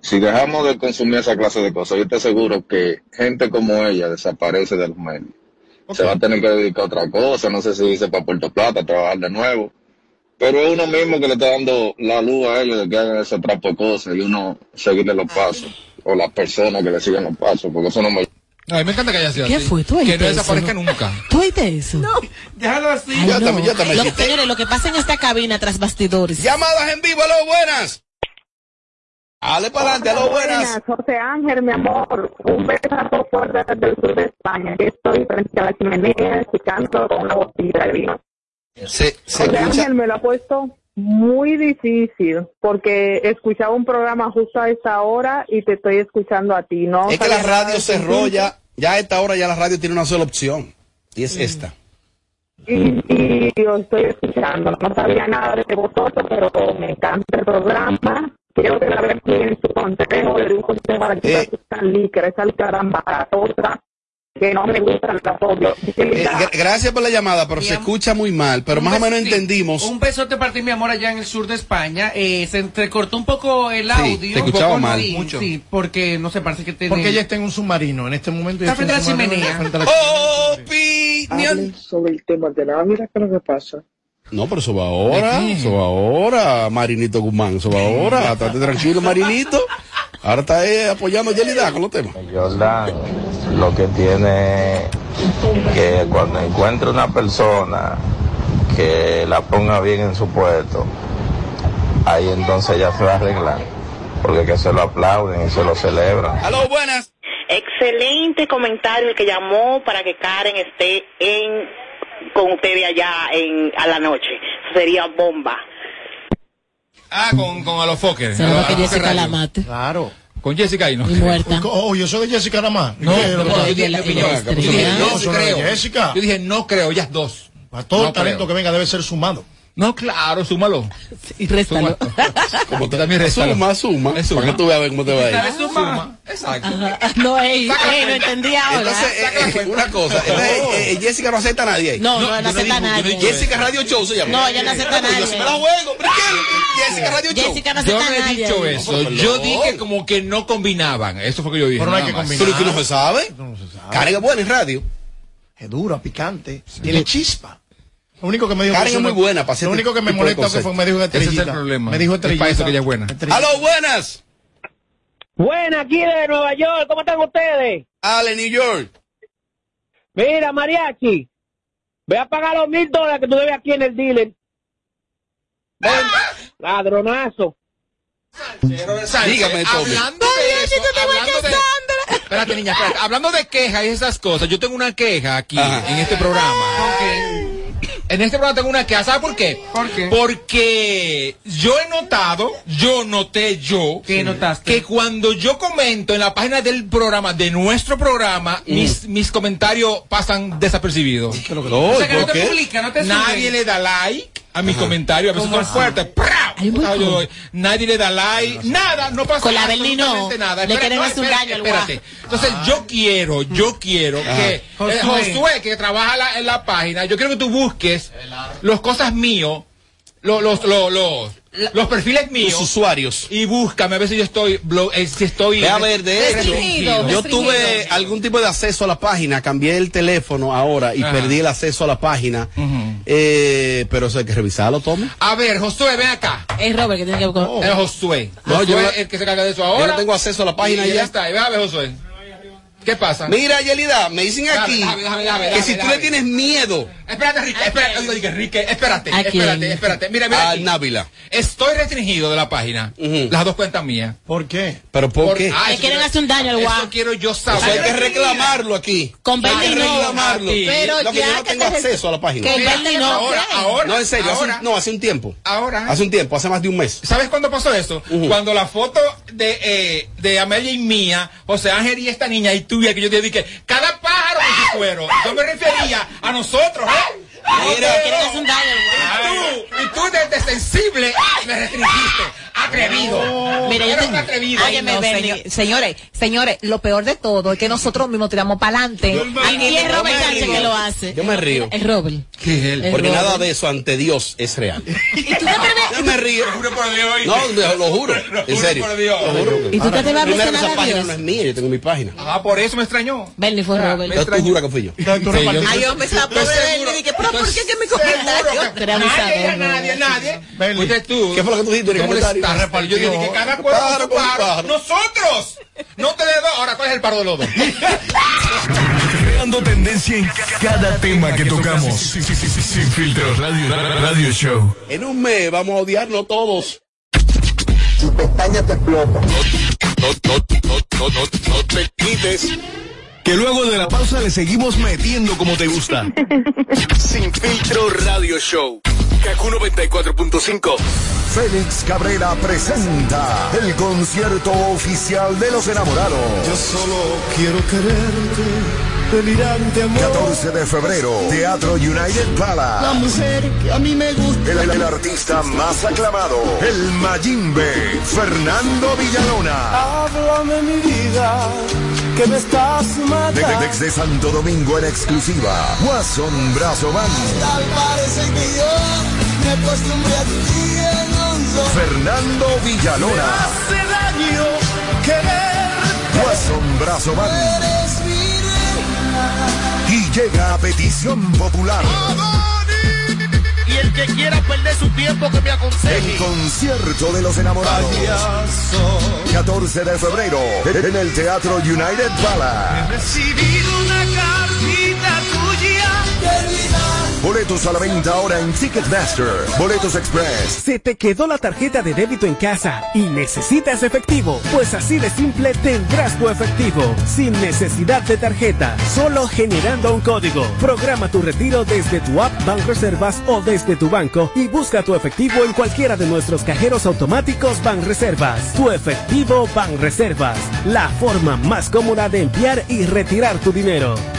[SPEAKER 12] Si dejamos de consumir esa clase de cosas, yo te aseguro que gente como ella desaparece de los medios. Se va a tener que dedicar a otra cosa. No sé si dice para Puerto Plata, a trabajar de nuevo. Pero es uno mismo que le está dando la luz a ellos de que hagan ese trapo de cosas y uno seguirle los pasos. O las personas que le sigan los pasos, porque eso no me...
[SPEAKER 1] A mí me encanta que haya sido
[SPEAKER 4] ¿Qué
[SPEAKER 1] así.
[SPEAKER 4] fue? ¿Tú
[SPEAKER 1] Que no
[SPEAKER 4] oíste eso,
[SPEAKER 1] desaparezca
[SPEAKER 4] no?
[SPEAKER 1] nunca.
[SPEAKER 4] ¿Tú oíste eso? No.
[SPEAKER 3] Déjalo así.
[SPEAKER 4] Ay, no.
[SPEAKER 1] también- yo también
[SPEAKER 4] Lo-
[SPEAKER 1] chiste.
[SPEAKER 4] señores, lo que pasa en esta cabina tras bastidores.
[SPEAKER 2] Llamadas en vivo, lo buenas. Dale para adelante, aló, buenas.
[SPEAKER 13] José Ángel, mi amor, un besazo fuerte desde el sur de España. Aquí estoy frente a la chimenea escuchando con una botella de vino.
[SPEAKER 2] Se, Eh, se
[SPEAKER 13] José
[SPEAKER 2] escucha.
[SPEAKER 13] Ángel me lo ha puesto muy difícil porque escuchaba un programa justo a esa hora y te estoy escuchando a ti, ¿no?
[SPEAKER 2] Es que la
[SPEAKER 13] sabía nada
[SPEAKER 2] radio
[SPEAKER 13] de
[SPEAKER 2] se
[SPEAKER 13] tu
[SPEAKER 2] enrolla. Ya a esta hora ya la radio tiene una sola opción. Y es esta.
[SPEAKER 13] y yo estoy escuchando. No sabía nada de vosotros, pero me encanta el programa. Quiero que la vez en su consejo, le di un consejo a la chica que está licra, esa licra tan baratosa, que no me gusta la doble.
[SPEAKER 2] Eh, gra- gracias por la llamada, pero se escucha muy mal. Pero más o menos entendimos.
[SPEAKER 3] Un besote para ti, mi amor, allá en el sur de España. Eh, se entrecortó un poco el
[SPEAKER 2] Sí,
[SPEAKER 3] audio.
[SPEAKER 2] te
[SPEAKER 3] un
[SPEAKER 2] escuchaba
[SPEAKER 3] poco
[SPEAKER 2] mal.
[SPEAKER 3] ruidín,
[SPEAKER 2] Mucho.
[SPEAKER 3] Sí, porque no se parece que tiene...
[SPEAKER 5] Porque ella está en un submarino en este momento. ella
[SPEAKER 3] Está frente ¿eh?
[SPEAKER 5] en
[SPEAKER 3] a la
[SPEAKER 5] un submarino,
[SPEAKER 3] chimenea.
[SPEAKER 5] frente a la
[SPEAKER 3] oh,
[SPEAKER 2] Opinión.
[SPEAKER 14] sobre Ah, el tema de la ah, mira qué es lo que pasa.
[SPEAKER 2] No, pero eso va ahora, eso va ahora, Marinito Guzmán, eso va ahora. Estate tranquilo, Marinito. Ahora está eh, apoyando a Yelida con los temas.
[SPEAKER 15] Jordan lo que tiene que cuando encuentre una persona que la ponga bien en su puesto, ahí entonces ya se va a arreglar, porque que se lo aplauden y se lo celebran.
[SPEAKER 2] Aló, buenas.
[SPEAKER 11] Excelente comentario el que llamó para que Karen esté en con ustedes allá en a la noche. Sería bomba.
[SPEAKER 1] Ah, con, con a los Fokker.
[SPEAKER 5] Será
[SPEAKER 1] A-
[SPEAKER 5] que
[SPEAKER 1] a los
[SPEAKER 5] Jessica
[SPEAKER 1] Fokker
[SPEAKER 5] la
[SPEAKER 1] Radio.
[SPEAKER 4] mate.
[SPEAKER 5] Claro.
[SPEAKER 1] Con Jessica ahí, ¿no?
[SPEAKER 5] Oh, yo soy de Jessica nada más.
[SPEAKER 1] No,
[SPEAKER 5] ¿Qué?
[SPEAKER 1] no, yo dije, yo dije, yo dije, no creo.
[SPEAKER 5] Jessica.
[SPEAKER 1] Yo dije, no creo, ya es dos.
[SPEAKER 5] Para todo
[SPEAKER 1] No
[SPEAKER 5] el talento
[SPEAKER 1] creo.
[SPEAKER 5] que venga debe ser sumado.
[SPEAKER 1] No, claro, súmalo.
[SPEAKER 4] Y réstalo.
[SPEAKER 2] Como te
[SPEAKER 1] también réstalo.
[SPEAKER 2] Suma, suma. Para que tú veas a ver cómo te va a ir.
[SPEAKER 1] Exacto.
[SPEAKER 4] No, ey,
[SPEAKER 2] Saca-
[SPEAKER 4] ey, no entendía ahora.
[SPEAKER 2] Entonces, eh, eh, una cosa, entonces, eh, eh, Jessica no acepta a nadie.
[SPEAKER 4] No, no, No, no yo no acepta a digo- yo no nadie. digo
[SPEAKER 2] Jessica Radio Show se llama.
[SPEAKER 4] No, ella no acepta a
[SPEAKER 2] Pero yo
[SPEAKER 4] nadie.
[SPEAKER 2] sí me la juego, ¿por qué? Jessica Radio Show.
[SPEAKER 4] Jessica no
[SPEAKER 1] Yo
[SPEAKER 4] acepta
[SPEAKER 1] no
[SPEAKER 4] a
[SPEAKER 1] he
[SPEAKER 4] nadie.
[SPEAKER 1] dicho eso. Yo dije como que no combinaban. Eso fue lo que yo dije.
[SPEAKER 5] Pero no hay
[SPEAKER 1] nada
[SPEAKER 5] que
[SPEAKER 1] más.
[SPEAKER 5] combinar. Pero que no se
[SPEAKER 2] sabe. Karen es
[SPEAKER 1] pues,
[SPEAKER 2] buena en radio.
[SPEAKER 5] Es dura, picante. Tiene chispa. Lo único que me dijo
[SPEAKER 2] Karen
[SPEAKER 5] que
[SPEAKER 2] es
[SPEAKER 5] eso
[SPEAKER 2] muy
[SPEAKER 5] me-
[SPEAKER 2] buena para hacer
[SPEAKER 5] Lo único que me
[SPEAKER 2] este tipo de
[SPEAKER 5] molesta que fue
[SPEAKER 2] conceptos.
[SPEAKER 5] me dijo
[SPEAKER 2] Ese es el
[SPEAKER 5] estrellita.
[SPEAKER 2] problema.
[SPEAKER 5] Me dijo
[SPEAKER 2] Es para
[SPEAKER 5] estrellita.
[SPEAKER 2] eso que ella es buena.
[SPEAKER 5] Estrellita.
[SPEAKER 2] Aló, buenas.
[SPEAKER 16] Buena, aquí de Nueva York, ¿cómo están ustedes?
[SPEAKER 2] Ale, New York.
[SPEAKER 16] Mira, mariachi, ve a pagar los mil dólares que tú debes aquí en el dealer. Ven, Ladronazo.
[SPEAKER 1] Dígame, Tommy. Hablando de eso, hablando de- Espérate, niña, espérate. Hablando de quejas y esas cosas, yo tengo una queja aquí en este programa. En este programa tengo una queja. ¿Sabes por qué? Porque yo he notado, yo noté yo, que cuando yo comento en la página del programa, de nuestro programa,
[SPEAKER 4] Mm.
[SPEAKER 1] mis, mis comentarios pasan desapercibidos.
[SPEAKER 3] O sea, que no te publica, no te sube.
[SPEAKER 1] Nadie le da like. a mis comentarios, a veces son fuertes. ¡Pra! Puta, yo doy. Nadie le da like, nada, no pasa
[SPEAKER 4] Con la
[SPEAKER 1] del
[SPEAKER 4] Belly no.
[SPEAKER 1] nada.
[SPEAKER 4] Le
[SPEAKER 1] Espera,
[SPEAKER 4] quieren
[SPEAKER 1] no,
[SPEAKER 4] hacer un
[SPEAKER 1] espérate,
[SPEAKER 4] daño al
[SPEAKER 1] espérate. Entonces, yo quiero, yo quiero
[SPEAKER 2] Ajá.
[SPEAKER 1] que eh, Josué.
[SPEAKER 2] Ah. Josué.
[SPEAKER 1] que trabaja la- en la página, yo quiero que tú busques los cosas míos, los, los, los, los, los perfiles míos.
[SPEAKER 2] Tus usuarios.
[SPEAKER 1] Y búscame, a veces yo estoy, blo- eh, si estoy.
[SPEAKER 2] Ve a ver, de hecho,
[SPEAKER 1] restringido.
[SPEAKER 2] yo tuve algún tipo de acceso a la página, cambié el teléfono ahora y
[SPEAKER 1] Ajá.
[SPEAKER 2] perdí el acceso a la página. Eh, pero eso hay que revisarlo, Tommy.
[SPEAKER 1] A ver, Josué, ven acá.
[SPEAKER 4] Es Robert que tiene que buscar.
[SPEAKER 1] Es Josué.
[SPEAKER 2] Oh. No,
[SPEAKER 1] Josué
[SPEAKER 2] yo no-
[SPEAKER 1] es el que se carga de eso
[SPEAKER 2] yo no
[SPEAKER 1] ahora.
[SPEAKER 2] tengo acceso a la página
[SPEAKER 1] Y
[SPEAKER 2] ya.
[SPEAKER 1] está. Y ve a ver, Josué. ¿Qué pasa?
[SPEAKER 2] Mira, Yelida, me dicen
[SPEAKER 1] Déjame,
[SPEAKER 2] aquí
[SPEAKER 1] déjame, déjame, déjame,
[SPEAKER 2] que si tú
[SPEAKER 1] déjame,
[SPEAKER 2] le tienes miedo
[SPEAKER 1] Espérate, Rique, espérate, Oye, Enrique, Enrique, espérate,
[SPEAKER 2] ¿A quién?
[SPEAKER 1] espérate, espérate. Mira, mira.
[SPEAKER 2] al
[SPEAKER 1] aquí.
[SPEAKER 2] Ah, Návila,
[SPEAKER 1] Estoy restringido de la página. Las dos cuentas mías.
[SPEAKER 5] ¿Por qué?
[SPEAKER 2] ¿Pero por, qué?
[SPEAKER 4] Le quieren hacer un daño al guau.
[SPEAKER 1] Eso quiero yo
[SPEAKER 2] Eso hay
[SPEAKER 1] saber.
[SPEAKER 2] que reclamarlo aquí.
[SPEAKER 4] Con
[SPEAKER 2] hay que
[SPEAKER 4] Belly no.
[SPEAKER 2] reclamarlo.
[SPEAKER 4] Pero
[SPEAKER 2] No, que yo
[SPEAKER 4] ya
[SPEAKER 2] no
[SPEAKER 4] que
[SPEAKER 2] tengo
[SPEAKER 4] te-
[SPEAKER 2] acceso a la página.
[SPEAKER 4] Con Belly no.
[SPEAKER 1] Ahora, ahora.
[SPEAKER 2] no, en serio, hace un-
[SPEAKER 1] ahora.
[SPEAKER 2] no, hace un tiempo.
[SPEAKER 1] Ahora.
[SPEAKER 2] Hace un tiempo, hace más de un mes.
[SPEAKER 1] ¿Sabes cuándo pasó eso? Cuando la foto de, eh, de Amelia y mía, José Ángel y esta niña y tuya, que yo te dije, cada pájaro con su cuero. Yo me refería a nosotros, ¿eh?
[SPEAKER 4] Mira.
[SPEAKER 1] Pero-
[SPEAKER 4] Quieren hacer un daño al
[SPEAKER 1] Y tú, y tú desde sensible me restringiste. Atrevido.
[SPEAKER 6] Mira, yo
[SPEAKER 1] Eres
[SPEAKER 6] te-
[SPEAKER 1] un atrevido.
[SPEAKER 6] Óyeme, Bernie, señores, señores, lo peor de todo es que nosotros mismos tiramos para adelante.
[SPEAKER 4] Y es Robert Sánchez que lo hace.
[SPEAKER 2] Yo me río.
[SPEAKER 4] Es Robert. El
[SPEAKER 2] Porque
[SPEAKER 4] Robert.
[SPEAKER 2] nada de eso ante Dios es real. Yo me río.
[SPEAKER 1] Juro por Dios.
[SPEAKER 2] No, lo, lo juro. en serio.
[SPEAKER 1] por Dios.
[SPEAKER 2] Lo juro.
[SPEAKER 1] ¿Y tú te atreves a
[SPEAKER 2] Primero,
[SPEAKER 1] mencionar
[SPEAKER 2] esa
[SPEAKER 1] a
[SPEAKER 2] página
[SPEAKER 1] Dios?
[SPEAKER 2] no es mía, yo tengo mi página.
[SPEAKER 1] Ah, por eso me extrañó.
[SPEAKER 4] Bernie fue Robert.
[SPEAKER 2] Entonces tú juras que fui yo.
[SPEAKER 4] Ay, hombre, esa pobre Bernie. Dije, pero ¿por qué que mi comentario? Era
[SPEAKER 1] Nadie,
[SPEAKER 4] abusador,
[SPEAKER 1] ya nadie, nadie. Fuiste tú.
[SPEAKER 2] ¿Qué fue lo que tú dijiste en el
[SPEAKER 1] ¿Cómo le
[SPEAKER 2] comentario?
[SPEAKER 1] estás repartido? Yo dije que cada cuerpo
[SPEAKER 2] Pájaro
[SPEAKER 1] su
[SPEAKER 2] con un
[SPEAKER 1] pájaro.
[SPEAKER 2] pájaro.
[SPEAKER 1] ¡Nosotros! No te le doy. Ahora, ¿cuál es el paro de los dos?
[SPEAKER 17] Creando tendencia en cada tema que tocamos. Sin, sin- sin- sin filtro, radio, radio show.
[SPEAKER 2] En un mes vamos a odiarnos todos.
[SPEAKER 17] Tu pestaña te explota. No, no, no, no, no, no te quites. Que luego de la pausa le seguimos metiendo como te gusta. Sin filtro radio show. Kaku 94.5.
[SPEAKER 18] Félix Cabrera presenta el concierto oficial de los enamorados. Yo solo quiero quererte, delirante amor. 14 de febrero, Teatro United Palace.
[SPEAKER 17] mujer que a mí me gusta.
[SPEAKER 18] El, el artista más aclamado, el Mayimbe, Fernando Villalona.
[SPEAKER 17] Háblame mi vida, que me estás
[SPEAKER 18] De- de- Desde Santo Domingo en exclusiva, Guasón Brazo Band.
[SPEAKER 17] Tal parece que yo me acostumbré a ti en
[SPEAKER 18] Fernando Villalona.
[SPEAKER 17] daño
[SPEAKER 18] Guasón Brazo Band. Y llega a petición popular.
[SPEAKER 17] Y el que quiera perder su tiempo que me
[SPEAKER 18] El concierto de los enamorados. 14 de febrero en el Teatro United Palace.
[SPEAKER 17] Recibido una cartita tuya.
[SPEAKER 18] Boletos a la venta ahora en Ticketmaster. Boletos Express.
[SPEAKER 19] Se te quedó la tarjeta de débito en casa y necesitas efectivo. Pues así de simple tendrás tu efectivo. Sin necesidad de tarjeta, solo generando un código. Programa tu retiro desde tu app Banreservas o desde tu banco y busca tu efectivo en cualquiera de nuestros cajeros automáticos Banreservas. Tu efectivo Banreservas. La forma más cómoda de enviar y retirar tu dinero.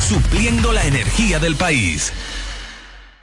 [SPEAKER 17] supliendo la energía del país.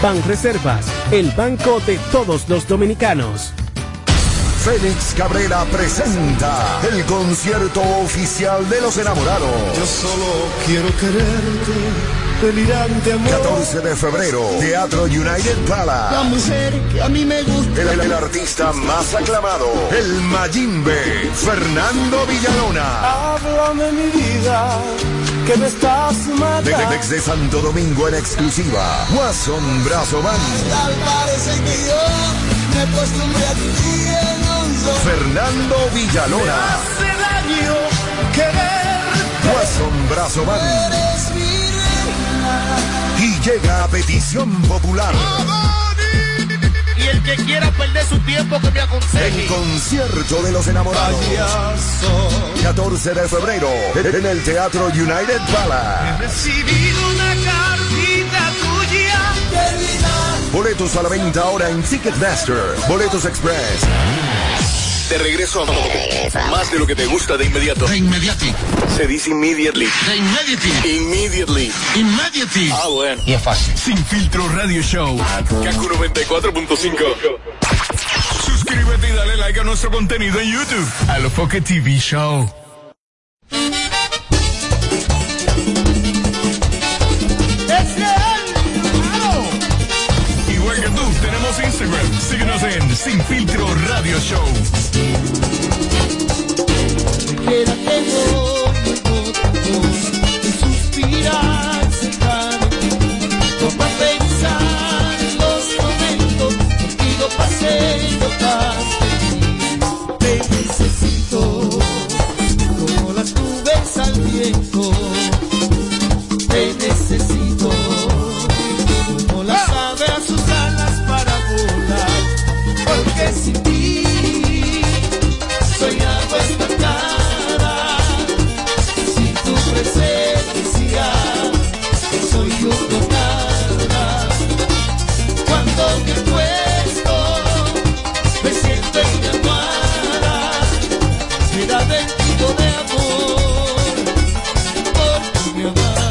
[SPEAKER 19] Banreservas, el banco de todos los dominicanos.
[SPEAKER 18] Félix Cabrera presenta el concierto oficial de los enamorados.
[SPEAKER 17] Yo solo quiero quererte,
[SPEAKER 18] Delirante amor. 14 de febrero, Teatro United
[SPEAKER 20] La
[SPEAKER 18] Palace.
[SPEAKER 20] mujer que a mí me gusta.
[SPEAKER 18] El, el artista más aclamado, el Mayimbe, Fernando Villalona.
[SPEAKER 20] Háblame mi vida, que me estás
[SPEAKER 18] Desde,
[SPEAKER 20] matando.
[SPEAKER 18] desde Santo Domingo en exclusiva, Guasón Brazo Band.
[SPEAKER 20] Tal parece que yo me acostumbré a ti en un sol.
[SPEAKER 18] Fernando
[SPEAKER 20] Me
[SPEAKER 18] Villalona,
[SPEAKER 20] hace daño quererte.
[SPEAKER 18] Guasón Brazo Band.
[SPEAKER 20] Eres mi reina.
[SPEAKER 18] Y llega a petición popular.
[SPEAKER 16] Y el que quiera perder su tiempo, que me
[SPEAKER 18] El
[SPEAKER 16] aconseje.
[SPEAKER 18] concierto de los enamorados. 14 de febrero, en el Teatro United Palace.
[SPEAKER 20] Recibido una cartita tuya. Querida.
[SPEAKER 18] Boletos a la venta ahora en Ticketmaster. Boletos Express.
[SPEAKER 13] De regreso. Más de lo que te gusta de inmediato. De inmediati. Se dice immediately. De inmediati. Immediately. Immediately. Ah, bueno.
[SPEAKER 17] Y es fácil. Sin filtro radio show.
[SPEAKER 13] Kaku 94.5.
[SPEAKER 17] Suscríbete y dale like a nuestro contenido en YouTube. A lo Pocket TV Show.
[SPEAKER 20] Es real.
[SPEAKER 17] Igual que tú, tenemos Instagram. Síguenos en Sin Filtro Radio Show.
[SPEAKER 20] Queda que yo y suspirar se cae. Topa pensar en los momentos, contigo pasé y yo pasé. Te necesito, como las nubes al viento. Te necesito, como las aves a sus alas para volar. Porque sin ti soy agua estancada. Sin tu presencia, soy un nada. Cuando me acuesto, me siento en mi almohada. Me da bendito de amor, porque me amaba.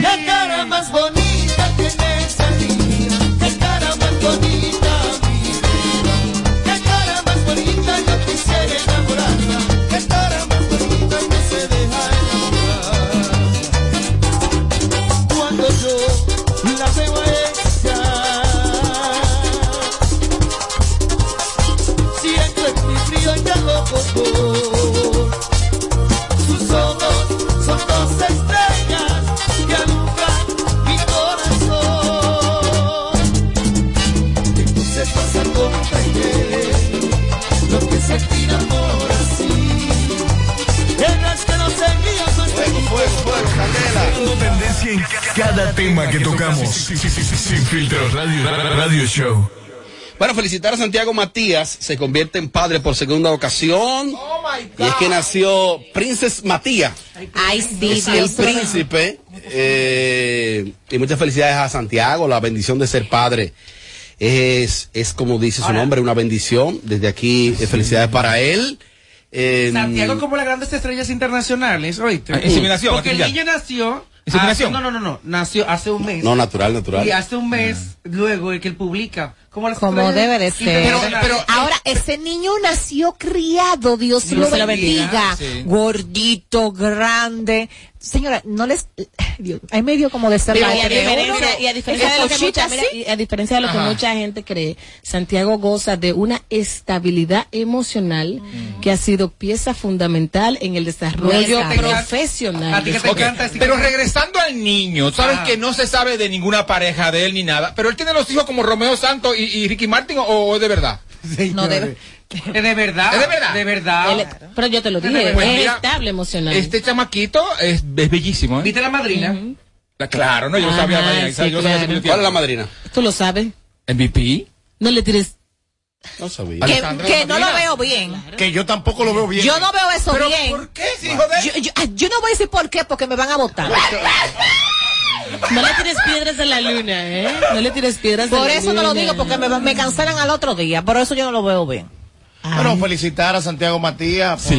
[SPEAKER 20] La cara más bonita que esa niña, la cara más bonita la cara más bonita yo quisiera enamorarla, la cara más bonita no se deja enamorar. Cuando yo la veo a ella, siento en mi frío y loco. Sus ojos son dos estrellas que alumbran mi corazón. Entonces vas a comprender lo que se sentir amor así. Tendrás que no serías más fuego, fuego, fuego,
[SPEAKER 17] Dando tendencia en cada tema que tocamos. Sin Filtro Radio, radio Show.
[SPEAKER 2] Bueno, felicitar a Santiago Matías, se convierte en padre por segunda ocasión.
[SPEAKER 5] Oh,
[SPEAKER 2] y es que nació Princess Matías.
[SPEAKER 6] Ay, sí,
[SPEAKER 2] Es el
[SPEAKER 6] Dios mío.
[SPEAKER 2] príncipe. eh, y muchas felicidades a Santiago, la bendición de ser padre. Es, es como dice su nombre, una bendición. Desde aquí, eh, felicidades para él. Eh,
[SPEAKER 3] Santiago es como las grandes estrellas internacionales, ¿oíste?
[SPEAKER 2] Ah, inseminación,
[SPEAKER 3] Porque el
[SPEAKER 2] Martín,
[SPEAKER 3] niño nació.
[SPEAKER 2] Inseminación.
[SPEAKER 3] hace- no, no, no, no. Nació hace un mes.
[SPEAKER 2] No, natural, natural. Ah.
[SPEAKER 3] Y hace un mes luego el que él publica. Como, las
[SPEAKER 6] Como
[SPEAKER 3] estrellas
[SPEAKER 6] debe de ser.
[SPEAKER 3] internacionales.
[SPEAKER 6] ahora, ese niño nació criado, Dios,
[SPEAKER 3] Dios
[SPEAKER 6] lo
[SPEAKER 3] se lo
[SPEAKER 6] bendiga.
[SPEAKER 3] bendiga, sí.
[SPEAKER 6] Gordito, grande. Señora, no les. Dios, ahí me dio como de
[SPEAKER 2] eh,
[SPEAKER 6] ser
[SPEAKER 4] Mira, y, a diferencia, y a diferencia de lo que mucha, mira, y a diferencia de lo que
[SPEAKER 6] Ajá.
[SPEAKER 4] mucha gente cree, Santiago goza de una estabilidad emocional que ha sido pieza fundamental en el desarrollo
[SPEAKER 1] Exacto.
[SPEAKER 4] profesional.
[SPEAKER 1] Ok, Pero regresando al niño, sabes que no se sabe de ninguna pareja de él ni nada, pero él tiene los hijos como Romeo Santos y, y Ricky Martin o, o es de verdad.
[SPEAKER 3] No, de- Es de verdad.
[SPEAKER 1] Es de verdad.
[SPEAKER 3] De verdad.
[SPEAKER 4] Él- pero yo te lo dije,
[SPEAKER 1] Pues
[SPEAKER 4] es
[SPEAKER 1] mira,
[SPEAKER 4] estable emocional.
[SPEAKER 1] Este chamaquito es, es bellísimo. ¿eh?
[SPEAKER 3] ¿Viste la madrina?
[SPEAKER 1] La- claro, no, yo lo sabía.
[SPEAKER 4] Ajá,
[SPEAKER 1] madrina,
[SPEAKER 4] Ah, sí,
[SPEAKER 1] yo lo sabía hace mucho
[SPEAKER 4] claro.
[SPEAKER 1] tiempo.
[SPEAKER 2] ¿Cuál es la madrina?
[SPEAKER 4] Tú lo sabes.
[SPEAKER 1] MVP.
[SPEAKER 4] No le tires.
[SPEAKER 2] No sabía.
[SPEAKER 6] Que, que no lo veo bien.
[SPEAKER 5] Que yo tampoco lo veo bien.
[SPEAKER 6] Yo no veo eso
[SPEAKER 5] Pero,
[SPEAKER 6] bien.
[SPEAKER 5] ¿por qué, hijo de-
[SPEAKER 6] yo, yo- ah, yo no voy a decir por qué, porque me van a votar.
[SPEAKER 4] No le tires piedras a la luna, ¿eh? No le tires piedras a
[SPEAKER 6] Por
[SPEAKER 4] la
[SPEAKER 6] eso no lo
[SPEAKER 4] luna.
[SPEAKER 6] digo, porque me, me cancelan al otro día. Por eso yo no lo veo bien.
[SPEAKER 5] Bueno, felicitar a Santiago Matías por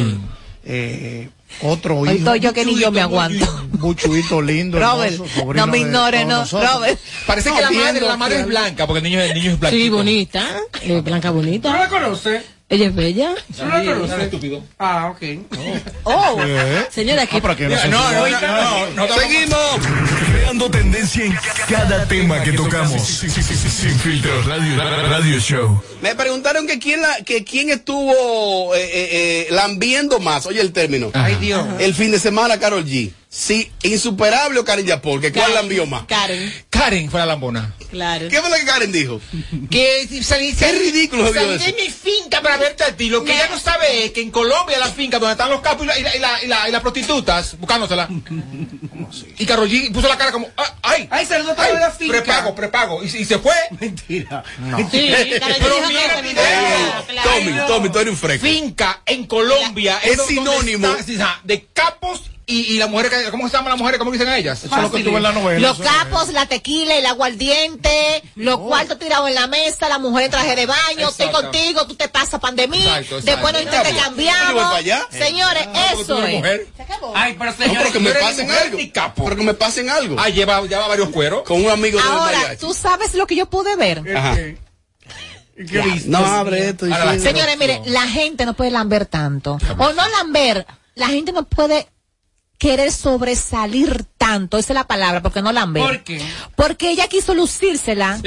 [SPEAKER 5] eh, otro
[SPEAKER 6] Hoy
[SPEAKER 5] hijo.
[SPEAKER 6] estoy yo que ni yo me aguanto.
[SPEAKER 5] Un chuito lindo.
[SPEAKER 6] Robert,
[SPEAKER 5] hermoso,
[SPEAKER 6] no
[SPEAKER 5] sobrino
[SPEAKER 6] me
[SPEAKER 5] de
[SPEAKER 6] ignore,
[SPEAKER 5] todos
[SPEAKER 6] no.
[SPEAKER 5] nosotros.
[SPEAKER 6] Robert.
[SPEAKER 1] Parece que la madre, la madre es
[SPEAKER 5] que-
[SPEAKER 1] blanca, porque el niño, el niño es blanco.
[SPEAKER 4] Sí, bonita. eh, blanca bonita.
[SPEAKER 3] ¿No la conoce?
[SPEAKER 4] Ella es bella.
[SPEAKER 1] estúpido.
[SPEAKER 3] Ah, ok.
[SPEAKER 4] Oh,
[SPEAKER 5] Ah,
[SPEAKER 4] señora, Ah, que.
[SPEAKER 17] Seguimos. Creando tendencia en cada tema que tocamos. Sin filtro, radio, radio show.
[SPEAKER 2] Me preguntaron que quién, la, que quién estuvo eh, eh, eh, lambiendo más, oye el término.
[SPEAKER 3] Ay, Dios.
[SPEAKER 2] El fin de semana, Carol G. Sí, insuperable o Karen Yapol, que cuál lambió más.
[SPEAKER 4] Karen.
[SPEAKER 1] Karen fue la lambona.
[SPEAKER 4] Claro.
[SPEAKER 2] ¿Qué fue lo que Karen dijo?
[SPEAKER 1] Que si salí, salí-
[SPEAKER 2] ridículo se vio
[SPEAKER 1] salí
[SPEAKER 2] eso.
[SPEAKER 1] de mi finca para verte a ti. Lo que ella no sabe es que en Colombia la finca donde están los capos y, la- y la- y la- y la- y las prostitutas buscándosela. Y Karol G puso la cara como, ah, ay,
[SPEAKER 3] ay, se lo de la finca.
[SPEAKER 1] Prepago, prepago. Y, y se fue. Mentira.
[SPEAKER 2] Sí, Karol G
[SPEAKER 1] Pero
[SPEAKER 2] dijo
[SPEAKER 1] mira
[SPEAKER 2] que
[SPEAKER 1] el
[SPEAKER 2] se
[SPEAKER 1] video.
[SPEAKER 2] mentira. Claro. Tommy, Tommy, tú eres un fresco.
[SPEAKER 1] Finca en Colombia
[SPEAKER 2] Es
[SPEAKER 1] donde
[SPEAKER 2] sinónimo.
[SPEAKER 1] está- sí, ajá, de capos y, y las mujeres, que- ¿cómo se llaman las mujeres? ¿Cómo dicen a ellas?
[SPEAKER 5] Eso es lo que tú ves en la novela.
[SPEAKER 6] Los capos, la tequila, el aguardiente, los cuartos tirados en la mesa, la mujer en traje de baño, estoy
[SPEAKER 1] Exacto.
[SPEAKER 6] contigo, tú te pasas pan de mí,
[SPEAKER 1] Exacto, exacto.
[SPEAKER 6] después nos
[SPEAKER 1] Yo no voy
[SPEAKER 6] intercambiamos.
[SPEAKER 1] para allá.
[SPEAKER 6] Señores,
[SPEAKER 1] Tampoco tú
[SPEAKER 6] eso
[SPEAKER 1] eres
[SPEAKER 6] es.
[SPEAKER 1] mujer.
[SPEAKER 3] Ay, pero
[SPEAKER 2] No, pero que me pasen algo. Pero que me pasen algo. Ah,
[SPEAKER 1] lleva, varios cueros.
[SPEAKER 2] Con un amigo de del
[SPEAKER 6] Ahora,
[SPEAKER 2] mariachi.
[SPEAKER 6] tú sabes lo que yo pude ver.
[SPEAKER 20] Eh,
[SPEAKER 2] Ajá. Ya, No abre esto. y sí.
[SPEAKER 6] Señores, mire, la gente no puede lamber tanto. O no lamber, la gente no puede querer sobresalir tanto, esa es la palabra, porque no lamber.
[SPEAKER 3] ¿Por qué?
[SPEAKER 6] Porque ella quiso lucírsela.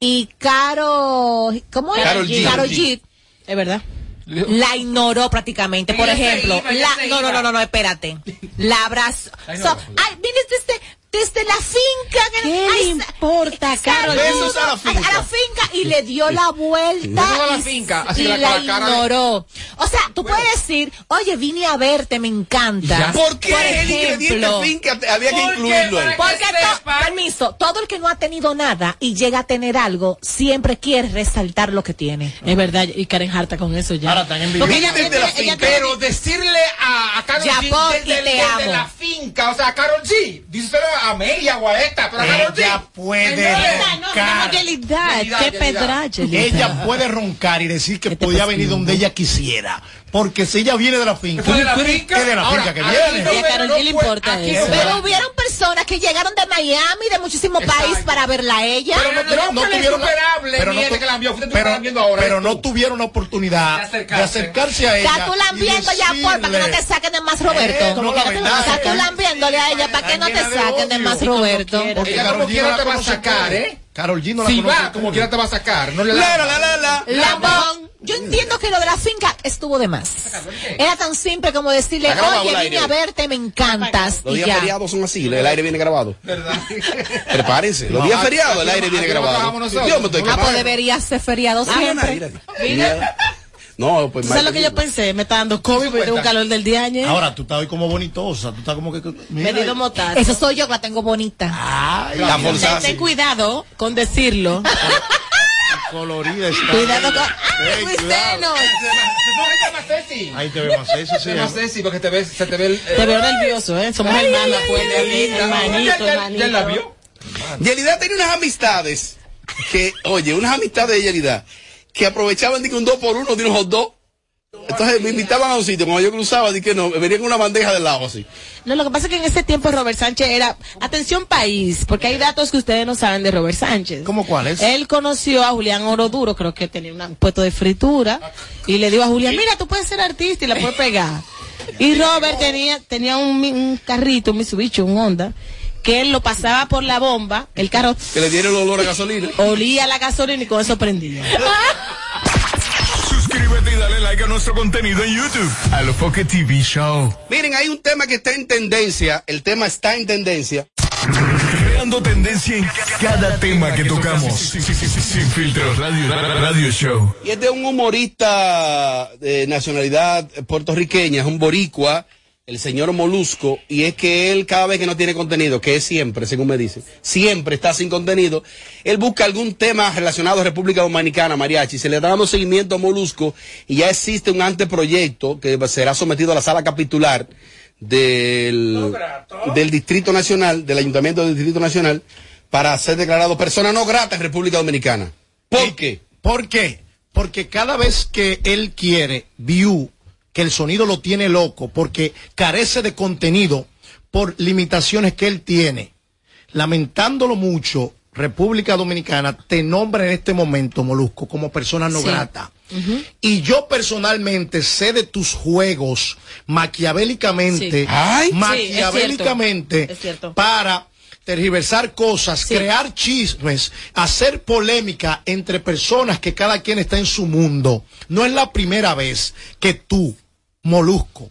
[SPEAKER 6] Y Caro, ¿cómo era?
[SPEAKER 4] Karol G.
[SPEAKER 6] Karol
[SPEAKER 4] G.
[SPEAKER 6] G.
[SPEAKER 4] Es verdad.
[SPEAKER 6] La ignoró prácticamente. Por
[SPEAKER 4] Ella se
[SPEAKER 6] ejemplo,
[SPEAKER 4] iba, ella
[SPEAKER 6] la,
[SPEAKER 4] se
[SPEAKER 6] no, no, no,
[SPEAKER 4] iba.
[SPEAKER 6] no, no, espérate. La abrazó.
[SPEAKER 4] La
[SPEAKER 6] So, ay, vienes desde, desde la finca. ¿Qué le importa,
[SPEAKER 4] Karol G? Besos a la finca.
[SPEAKER 6] A la finca y le dio la vuelta.
[SPEAKER 4] Besos a la
[SPEAKER 6] y-
[SPEAKER 4] finca, así
[SPEAKER 6] Y
[SPEAKER 4] la-
[SPEAKER 6] la,
[SPEAKER 4] con la cara de-
[SPEAKER 6] ignoró. O sea, tú puedes decir, oye, vine a verte, me encanta.
[SPEAKER 2] ¿Por qué el ingrediente
[SPEAKER 6] ejemplo,
[SPEAKER 2] finca te- había que incluirlo ahí?
[SPEAKER 6] porque to- permiso, todo el que no ha tenido nada y llega a tener algo, siempre quiere resaltar lo que tiene.
[SPEAKER 4] Es verdad, y Karen harta con eso ya.
[SPEAKER 6] Ahora están envidiosos. Porque ella-
[SPEAKER 1] Miren de
[SPEAKER 6] ella-
[SPEAKER 1] la
[SPEAKER 6] ella-
[SPEAKER 1] finca. pero decirle a, a Karol
[SPEAKER 6] Japón,
[SPEAKER 1] G
[SPEAKER 6] y te
[SPEAKER 1] de
[SPEAKER 6] amo.
[SPEAKER 1] la finca, o sea, a Karol G, díselo a Amelia o a esta, pero a Karol G.
[SPEAKER 5] Ella puede roncar. Ella puede roncar y decir que podía venir donde ella quisiera. Porque si ella viene de la finca,
[SPEAKER 1] ¿Fue de la finca?
[SPEAKER 5] es de la
[SPEAKER 1] Ahora,
[SPEAKER 5] finca que
[SPEAKER 1] aquí
[SPEAKER 5] viene.
[SPEAKER 1] no Y a Karol G le importa aquí eso. no-
[SPEAKER 6] Pero hubieron personas que llegaron de Miami, de muchísimo país para verla a ella.
[SPEAKER 1] Pero no, no, no tuvieron
[SPEAKER 5] pero
[SPEAKER 1] pero
[SPEAKER 5] no
[SPEAKER 1] no
[SPEAKER 5] tu-
[SPEAKER 1] que la envió, ustedes
[SPEAKER 5] pero,
[SPEAKER 1] están viendo ahora.
[SPEAKER 5] pero no tuvieron la oportunidad de acercarse, a ella.
[SPEAKER 6] Está tú la
[SPEAKER 5] y
[SPEAKER 6] viendo ya, por para que no te
[SPEAKER 5] decirle-
[SPEAKER 6] saquen de más Roberto.
[SPEAKER 5] Eh, como la
[SPEAKER 6] Está tú la viéndole a ella para que no te saquen de más Roberto.
[SPEAKER 1] Porque Karol G no la va a sacar, ¿eh?
[SPEAKER 5] Carol G no la
[SPEAKER 1] Si
[SPEAKER 5] conoce.
[SPEAKER 1] va, como quiera te va a sacar. No le
[SPEAKER 5] La,
[SPEAKER 1] la,
[SPEAKER 2] la,
[SPEAKER 5] pues.
[SPEAKER 6] Lambón. Yo entiendo que lo de la finca estuvo de más. Era tan simple como decirle,
[SPEAKER 2] Está grabado
[SPEAKER 6] oye,
[SPEAKER 2] al
[SPEAKER 6] vine
[SPEAKER 2] aire.
[SPEAKER 6] a verte, me encantas.
[SPEAKER 2] Los
[SPEAKER 6] y
[SPEAKER 2] días
[SPEAKER 6] ya.
[SPEAKER 2] feriados son así, el aire viene grabado. Prepárense. Los
[SPEAKER 1] No,
[SPEAKER 2] días
[SPEAKER 1] aquí-
[SPEAKER 2] feriados, el
[SPEAKER 1] aquí-
[SPEAKER 2] aire viene
[SPEAKER 1] aquí no
[SPEAKER 2] grabado.
[SPEAKER 1] trabajamos nosotros.
[SPEAKER 2] Yo me estoy
[SPEAKER 6] Ah, pues
[SPEAKER 2] quemando.
[SPEAKER 6] debería ser feriado siempre.
[SPEAKER 2] Ah.
[SPEAKER 4] Mira,
[SPEAKER 2] No, pues
[SPEAKER 4] ¿tú ¿sabes lo que yo pensé? Me está dando COVID, me dio un calor del día ayer.
[SPEAKER 5] Ahora tú estás hoy como bonitosa, tú estás como que. que-
[SPEAKER 4] me
[SPEAKER 5] mira,
[SPEAKER 4] dio motazo.
[SPEAKER 6] Eso soy yo que la tengo bonita.
[SPEAKER 5] la forzada,
[SPEAKER 4] Ten
[SPEAKER 5] sí.
[SPEAKER 4] cuidado con decirlo.
[SPEAKER 5] colorida está.
[SPEAKER 4] Cuidado con-
[SPEAKER 5] Ey, cuidado. Ahí te veo más eso, sí.
[SPEAKER 1] Te veo más sexy porque te ves, se te ve el...
[SPEAKER 4] Te veo nervioso, ¿eh? Somos
[SPEAKER 1] Ay,
[SPEAKER 4] hermanas,
[SPEAKER 1] ay,
[SPEAKER 4] pues.
[SPEAKER 1] ay, ay,
[SPEAKER 4] hermanito,
[SPEAKER 1] ay, ay, ay,
[SPEAKER 4] hermanito.
[SPEAKER 1] ya la vio.
[SPEAKER 2] Yelida tenía unas amistades que, oye, unas amistades de Yelida que aprovechaban de que un dos por uno de unos hot dog. Entonces me invitaban a un sitio, cuando yo cruzaba, di que no, venía con una bandeja del lado así.
[SPEAKER 4] No, lo que pasa es que en ese tiempo Robert Sánchez era. Atención, país, porque hay datos que ustedes no saben de Robert Sánchez. ¿Cómo
[SPEAKER 5] cuáles?
[SPEAKER 4] Él conoció a Julián Oroduro, creo que tenía un puesto de fritura, y le dijo a Julián: Mira, tú puedes ser artista y la puedes pegar. Y Robert tenía, tenía un, mi- un carrito, un Mitsubishi, un Honda, que él lo pasaba por la bomba, el carro
[SPEAKER 2] Que le diera el olor a gasolina.
[SPEAKER 4] olía la gasolina y con eso prendía.
[SPEAKER 17] Suscríbete y dale like a nuestro contenido en YouTube. A lo Foque TV Show.
[SPEAKER 2] Miren, hay un tema que está en tendencia, el tema está en tendencia.
[SPEAKER 17] Creando tendencia en cada tema que tocamos. Sin filtro, radio, radio show.
[SPEAKER 2] Y es de un humorista de nacionalidad puertorriqueña, es un boricua, el señor Molusco, y es que él cada vez que no tiene contenido, que es siempre, según me dicen, siempre está sin contenido, él busca algún tema relacionado a República Dominicana, mariachi, se le está dando seguimiento a Molusco y ya existe un anteproyecto que será sometido a la sala capitular del, del Distrito Nacional, del Ayuntamiento del Distrito Nacional, para ser declarado persona no grata en República Dominicana. ¿Por qué?
[SPEAKER 5] ¿Por qué? Porque cada vez que él quiere view, que el sonido lo tiene loco, porque carece de contenido por limitaciones que él tiene. Lamentándolo mucho, República Dominicana te nombra en este momento, Molusco, como persona no
[SPEAKER 21] Sí.
[SPEAKER 5] grata. Y yo personalmente sé de tus juegos maquiavélicamente,
[SPEAKER 21] Sí. Ay. Sí, es
[SPEAKER 5] maquiavélicamente,
[SPEAKER 21] cierto, es cierto.
[SPEAKER 5] para tergiversar cosas, crear chismes, hacer polémica entre personas que cada quien está en su mundo. No es la primera vez que tú, Molusco,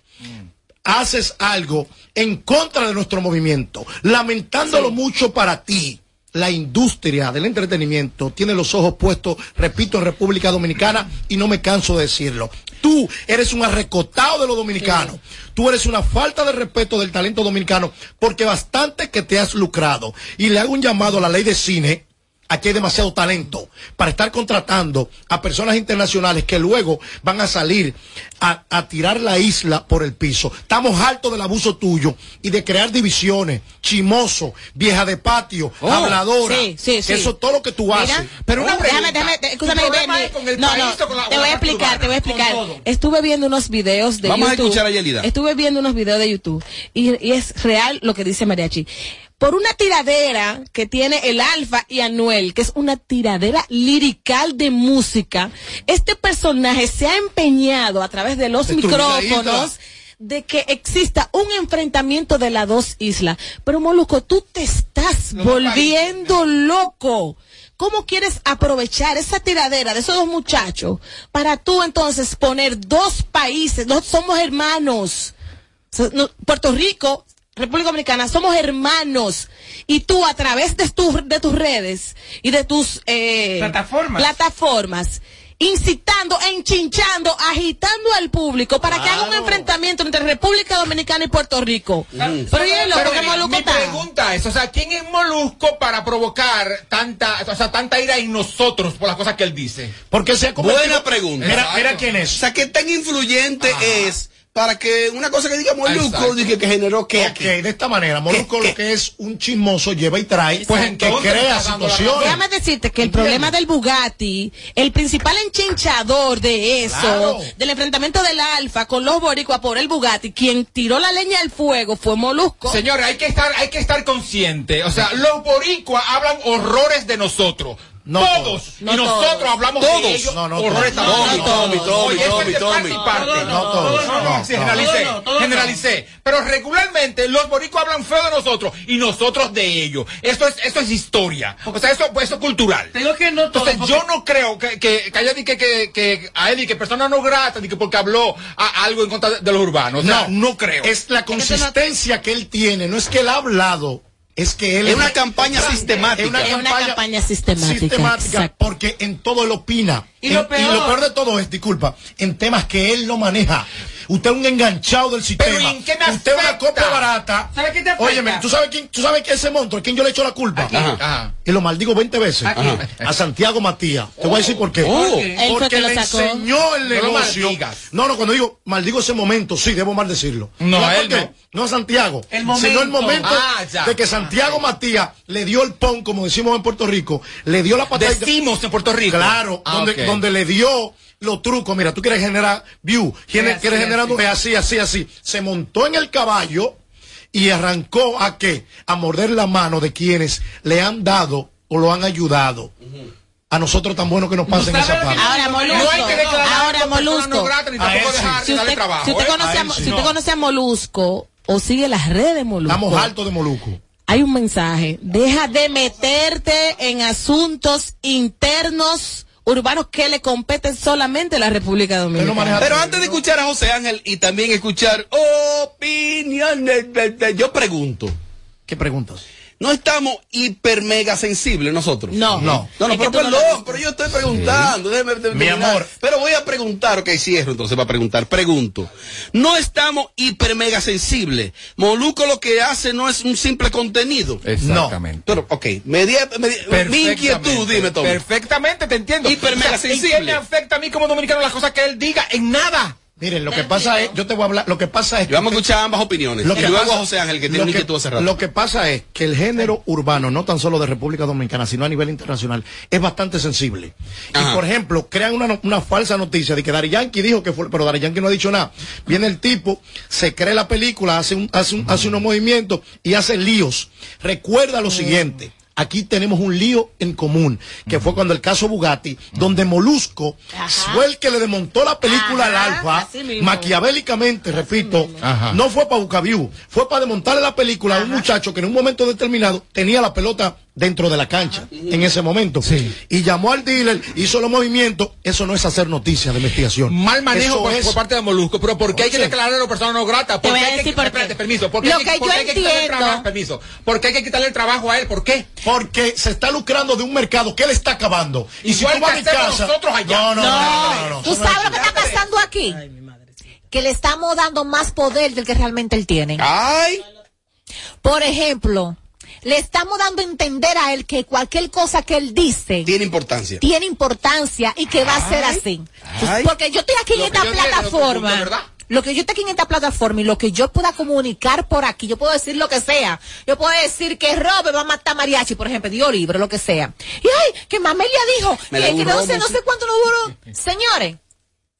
[SPEAKER 5] haces algo en contra de nuestro movimiento, lamentándolo mucho para ti. La industria del entretenimiento tiene los ojos puestos, repito, en República Dominicana y no me canso de decirlo. Tú eres un arrecotado de los dominicanos. Tú eres una falta de respeto del talento dominicano porque bastante que te has lucrado. Y le hago un llamado a la ley de cine Aquí hay demasiado talento para estar contratando a personas internacionales que luego van a salir a, a tirar la isla por el piso. Estamos hartos del abuso tuyo y de crear divisiones. Chimoso, vieja de patio,
[SPEAKER 4] Oh,
[SPEAKER 5] habladora.
[SPEAKER 4] sí, sí, sí.
[SPEAKER 5] Eso es todo lo que tú haces.
[SPEAKER 4] Mira, déjame, déjame, te- escúchame, ven, no, no, te voy a explicar, te voy a explicar. Estuve viendo unos videos de
[SPEAKER 2] Vamos a
[SPEAKER 4] YouTube.
[SPEAKER 2] escuchar a Yelida.
[SPEAKER 4] Estuve viendo unos videos de YouTube y, y es real lo que dice Mariachi. Por una tiradera que tiene el Alfa y Anuel, que es una tiradera lirical de música, este personaje se ha empeñado a través de los
[SPEAKER 20] Destruir la isla.
[SPEAKER 4] micrófonos de que exista un enfrentamiento de las dos islas. Pero Molusco, tú te estás volviendo loco. ¿Cómo quieres aprovechar esa tiradera de esos dos muchachos para tú entonces poner dos países, no somos hermanos? So- no, Puerto Rico, República Dominicana, somos hermanos. Y tú a través de, tus de tus redes y de tus eh,
[SPEAKER 3] Plataformas.
[SPEAKER 4] plataformas, incitando, enchinchando, agitando al público para que haga un enfrentamiento entre República Dominicana y Puerto Rico. Pero y es loco
[SPEAKER 1] Pero
[SPEAKER 4] que
[SPEAKER 1] mi-
[SPEAKER 4] Molusco
[SPEAKER 1] mi
[SPEAKER 4] está.
[SPEAKER 1] pregunta es, o sea, ¿quién es Molusco para provocar tanta, o sea, tanta ira en nosotros por las cosas que él dice?
[SPEAKER 5] Porque se
[SPEAKER 2] Buena pregunta.
[SPEAKER 1] Mira, mira
[SPEAKER 5] quién es.
[SPEAKER 2] O sea, ¿qué tan influyente es para que una cosa que diga Molusco dije que generó que
[SPEAKER 5] Ok, de esta manera, Molusco lo que es un chismoso lleva y trae, pues
[SPEAKER 4] Exacto.
[SPEAKER 5] que crea situaciones.
[SPEAKER 4] Déjame decirte que el problema del Bugatti, el principal enchinchador de eso,
[SPEAKER 5] Claro.
[SPEAKER 4] del enfrentamiento del Alfa con los boricuas por el Bugatti, quien tiró la leña al fuego fue Molusco.
[SPEAKER 1] Señores, hay que estar, hay que estar consciente. O sea, los boricuas hablan horrores de nosotros. todos.
[SPEAKER 5] todos.
[SPEAKER 1] y
[SPEAKER 5] No
[SPEAKER 1] nosotros
[SPEAKER 5] todos.
[SPEAKER 1] hablamos
[SPEAKER 5] Todos.
[SPEAKER 1] de ellos.
[SPEAKER 5] No, no
[SPEAKER 1] horrores
[SPEAKER 5] todos.
[SPEAKER 1] también.
[SPEAKER 5] No, Tommy,
[SPEAKER 1] Oye,
[SPEAKER 5] Tommy,
[SPEAKER 1] eso
[SPEAKER 5] Tommy,
[SPEAKER 1] es de parte
[SPEAKER 5] Tommy. No, no,
[SPEAKER 1] y parte.
[SPEAKER 5] no, No, todos.
[SPEAKER 1] No, no,
[SPEAKER 5] no, no.
[SPEAKER 1] Generalicé,
[SPEAKER 5] Todos no, todos no.
[SPEAKER 1] generalicé. Pero regularmente los boricuas hablan feo de nosotros y nosotros de ellos. Eso es, eso es historia. O sea, eso, eso es cultural.
[SPEAKER 3] Digo que no todos,
[SPEAKER 1] Entonces, yo no creo que, que, que haya di que, que, que a él y que persona no grata di que porque habló a- algo en contra de, de los urbanos. O sea, no, no creo.
[SPEAKER 5] Es la consistencia que él tiene, no es que él ha hablado, es que él
[SPEAKER 2] Es una campaña
[SPEAKER 5] Es
[SPEAKER 2] sistemática.
[SPEAKER 4] Es una campaña sistemática, exacto.
[SPEAKER 5] porque en todo él opina.
[SPEAKER 4] Y
[SPEAKER 5] En-
[SPEAKER 4] lo peor-
[SPEAKER 5] de todo es, disculpa, en temas que él no maneja. Usted es un enganchado del sistema.
[SPEAKER 1] ¿y en qué me
[SPEAKER 5] Usted es una
[SPEAKER 1] afecta?
[SPEAKER 5] copia barata.
[SPEAKER 1] ¿Sabe qué te afecta?
[SPEAKER 5] Óyeme, ¿tú sabes quién, tú sabes que ese monstruo, a quién yo le echo la culpa?
[SPEAKER 1] quién? Ajá.
[SPEAKER 5] Y lo maldigo 20 veces.
[SPEAKER 1] ¿A quién?
[SPEAKER 5] A Santiago Matías. Te voy a decir por qué.
[SPEAKER 1] Oh. Él fue
[SPEAKER 5] Porque
[SPEAKER 1] que lo
[SPEAKER 5] le
[SPEAKER 1] sacó.
[SPEAKER 5] enseñó el
[SPEAKER 1] No lo
[SPEAKER 5] negocio.
[SPEAKER 1] maldigas.
[SPEAKER 5] No, no, cuando digo maldigo ese momento, sí, debo maldecirlo.
[SPEAKER 1] No,
[SPEAKER 5] ¿Sabes
[SPEAKER 1] él
[SPEAKER 5] por qué? No a Santiago,
[SPEAKER 1] El momento.
[SPEAKER 5] sino el momento
[SPEAKER 1] Ah, ya.
[SPEAKER 5] de que Santiago Matías le dio el pon, como decimos en Puerto Rico, le dio la patada.
[SPEAKER 1] Decimos en Puerto Rico.
[SPEAKER 5] Claro,
[SPEAKER 1] Ah,
[SPEAKER 5] donde,
[SPEAKER 1] ok.
[SPEAKER 5] donde le dio los trucos. Mira, tú quieres generar view, quieres,
[SPEAKER 1] así,
[SPEAKER 5] quieres generar
[SPEAKER 1] así.
[SPEAKER 5] es así, así, así. Se montó en el caballo y arrancó a qué? A morder la mano de quienes le han dado o lo han ayudado. A nosotros tan bueno que nos pasen esa parte.
[SPEAKER 4] Ahora Molusco,
[SPEAKER 1] No hay que declarar
[SPEAKER 4] ahora
[SPEAKER 1] como persona
[SPEAKER 4] Molusco.
[SPEAKER 1] no grata ni
[SPEAKER 5] A
[SPEAKER 1] tampoco
[SPEAKER 5] él sí.
[SPEAKER 1] dejar
[SPEAKER 4] si
[SPEAKER 1] de darle
[SPEAKER 4] usted,
[SPEAKER 1] trabajo.
[SPEAKER 4] si usted
[SPEAKER 1] ¿eh?
[SPEAKER 4] conoce a,
[SPEAKER 1] él
[SPEAKER 4] Mo-
[SPEAKER 1] sí.
[SPEAKER 4] si usted
[SPEAKER 1] No.
[SPEAKER 4] conoce a Molusco o sigue las redes de Molusco.
[SPEAKER 5] Estamos hartos de Moluco.
[SPEAKER 4] hay un mensaje. Deja de meterte en asuntos internos urbanos que le competen solamente a la República Dominicana.
[SPEAKER 2] Pero antes de escuchar a José Ángel y también escuchar opiniones, de- de- yo pregunto.
[SPEAKER 5] ¿Qué preguntas?
[SPEAKER 2] No estamos hiper mega sensibles nosotros. No, no. No,
[SPEAKER 20] Es que
[SPEAKER 2] pero
[SPEAKER 20] tú no
[SPEAKER 2] perdón,
[SPEAKER 20] lo
[SPEAKER 2] pero yo estoy preguntando. déjeme terminar.
[SPEAKER 5] Mi amor.
[SPEAKER 2] Pero voy a preguntar, ok, cierro entonces para preguntar. Pregunto. No estamos hiper mega sensibles. Moluco lo que hace no es un simple contenido.
[SPEAKER 1] Exactamente.
[SPEAKER 2] No. Pero, ok, me di- me di- mi
[SPEAKER 1] Perfectamente.
[SPEAKER 2] inquietud, dime todo.
[SPEAKER 1] Perfectamente te entiendo.
[SPEAKER 2] Hiper mega
[SPEAKER 1] O sea, ¿y
[SPEAKER 2] sensible.
[SPEAKER 1] qué me afecta a mí como dominicano las cosas que él diga? En nada.
[SPEAKER 5] Miren, lo que pasa es, yo te voy a hablar, lo que pasa es que.
[SPEAKER 2] Vamos a escuchar ambas opiniones.
[SPEAKER 5] Lo
[SPEAKER 2] y
[SPEAKER 5] que
[SPEAKER 2] luego
[SPEAKER 5] pasa-
[SPEAKER 2] a José Ángel, que tiene
[SPEAKER 5] lo
[SPEAKER 2] una inquietud hace rato.
[SPEAKER 5] Lo que pasa es que el género urbano, no tan solo de República Dominicana, sino a nivel internacional, es bastante sensible. Y por ejemplo, crean una, no- una falsa noticia de que Dari Yankee dijo que fue, pero Dari Yankee no ha dicho nada. Viene el tipo, se cree la película, hace, un, hace, un- hace unos movimientos y hace líos. Recuerda lo siguiente. aquí tenemos un lío en común, que fue cuando el caso Bugatti, donde Molusco fue el que le desmontó la película al Alfa,
[SPEAKER 20] así mismo.
[SPEAKER 5] maquiavélicamente, repito,
[SPEAKER 20] Ajá.
[SPEAKER 5] no fue para Bucaviu, fue para desmontarle la película a un muchacho que en un momento determinado tenía la pelota dentro de la cancha, en ese momento. Y llamó al dealer, hizo los movimientos, eso no es hacer noticias de investigación.
[SPEAKER 1] Mal manejo
[SPEAKER 5] Eso
[SPEAKER 1] por,
[SPEAKER 5] es-
[SPEAKER 1] por parte de Molusco, pero ¿por qué hay que
[SPEAKER 5] Oye.
[SPEAKER 1] declarar a una persona no grata? ¿Por
[SPEAKER 5] Te
[SPEAKER 1] qué
[SPEAKER 5] voy a
[SPEAKER 1] hay que
[SPEAKER 5] decir por qué.
[SPEAKER 1] espérate, permiso, ¿por qué
[SPEAKER 5] Lo
[SPEAKER 1] hay que,
[SPEAKER 5] que
[SPEAKER 1] por
[SPEAKER 5] yo
[SPEAKER 1] qué hay que quitarle el
[SPEAKER 5] entiendo-
[SPEAKER 1] trabajo, permiso, ¿por qué hay que quitarle el trabajo a él? ¿Por qué?
[SPEAKER 5] Porque se está lucrando de un mercado que él está acabando. Y si
[SPEAKER 1] Igual
[SPEAKER 5] tú vas a mi
[SPEAKER 1] que hacemos
[SPEAKER 5] casa.
[SPEAKER 1] nosotros allá.
[SPEAKER 5] No, no, no, no, no, no,
[SPEAKER 6] Tú sabes lo que está pasando aquí. Que le estamos dando más poder del que realmente él tiene.
[SPEAKER 2] Ay.
[SPEAKER 6] Por ejemplo, le estamos dando a entender a él que cualquier cosa que él dice
[SPEAKER 2] Tiene importancia.
[SPEAKER 6] tiene importancia y que va a ser
[SPEAKER 2] Ay.
[SPEAKER 6] así.
[SPEAKER 2] Ay.
[SPEAKER 6] Porque yo estoy aquí en
[SPEAKER 2] Lo que
[SPEAKER 6] esta
[SPEAKER 2] yo quiero, lo que-
[SPEAKER 6] plataforma.
[SPEAKER 2] de verdad.
[SPEAKER 6] Lo que yo estoy aquí en esta plataforma y lo que yo pueda comunicar por aquí, yo puedo decir lo que sea. Yo puedo decir que Robert va a matar a Mariachi, por ejemplo, dio libro, lo que sea. Y ay, que Mamelia dijo,
[SPEAKER 20] Me
[SPEAKER 6] que,
[SPEAKER 20] da un
[SPEAKER 6] que no
[SPEAKER 20] romo,
[SPEAKER 6] sé, no
[SPEAKER 20] sí.
[SPEAKER 6] sé cuánto no duró. Señores,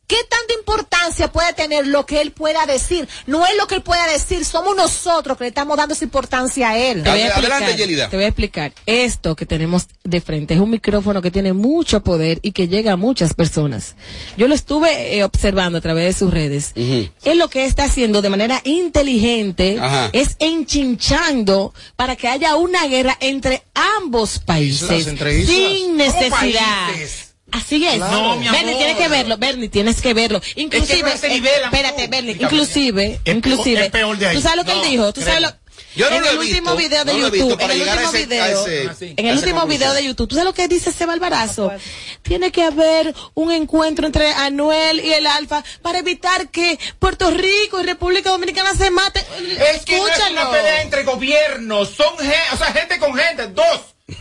[SPEAKER 6] ¿Qué tanta importancia puede tener lo que él pueda decir? No es lo que él pueda decir, somos nosotros que le estamos dando esa importancia a él.
[SPEAKER 4] Te voy a explicar, Te voy a explicar. Esto que tenemos de frente es un micrófono que tiene mucho poder y que llega a muchas personas. Yo lo estuve eh, observando a través de sus redes. Él lo que está haciendo de manera inteligente
[SPEAKER 20] Ajá.
[SPEAKER 4] es enchinchando para que haya una guerra entre ambos países
[SPEAKER 20] Islas, entre islas.
[SPEAKER 4] sin
[SPEAKER 20] ¿Cómo
[SPEAKER 4] necesidad.
[SPEAKER 20] países?
[SPEAKER 4] Así es.
[SPEAKER 20] Claro. No, mi amor.
[SPEAKER 4] Bernie, tienes que verlo. Bernie, tienes que verlo. Inclusive,
[SPEAKER 20] no se
[SPEAKER 4] eh,
[SPEAKER 20] nivelan,
[SPEAKER 4] espérate, Bernie,
[SPEAKER 20] Dígame.
[SPEAKER 4] inclusive,
[SPEAKER 20] Es
[SPEAKER 4] inclusive.
[SPEAKER 20] peor- es peor de ahí.
[SPEAKER 4] ¿Tú sabes lo que
[SPEAKER 20] No,
[SPEAKER 4] él dijo? ¿Tú sabes
[SPEAKER 20] créeme.
[SPEAKER 4] lo
[SPEAKER 20] Yo no
[SPEAKER 4] en
[SPEAKER 20] lo he
[SPEAKER 4] el último
[SPEAKER 20] visto,
[SPEAKER 4] video de
[SPEAKER 20] no lo he visto
[SPEAKER 4] YouTube,
[SPEAKER 20] para
[SPEAKER 4] en el
[SPEAKER 20] llegar a
[SPEAKER 4] último
[SPEAKER 20] ese-
[SPEAKER 4] video,
[SPEAKER 20] a ese- Ah, sí. Ah,
[SPEAKER 4] en
[SPEAKER 20] a
[SPEAKER 4] el
[SPEAKER 20] esa
[SPEAKER 4] último video
[SPEAKER 20] conclusión.
[SPEAKER 4] de YouTube, ¿tú sabes lo que dice ese barbarazo?
[SPEAKER 20] pues.
[SPEAKER 4] Tiene que haber un encuentro entre Anuel y el Alfa para evitar que Puerto Rico y República Dominicana se maten.
[SPEAKER 1] Es que no es
[SPEAKER 4] Escúchalo.
[SPEAKER 1] una pelea entre gobiernos, son gen- o sea, gente con gente, dos.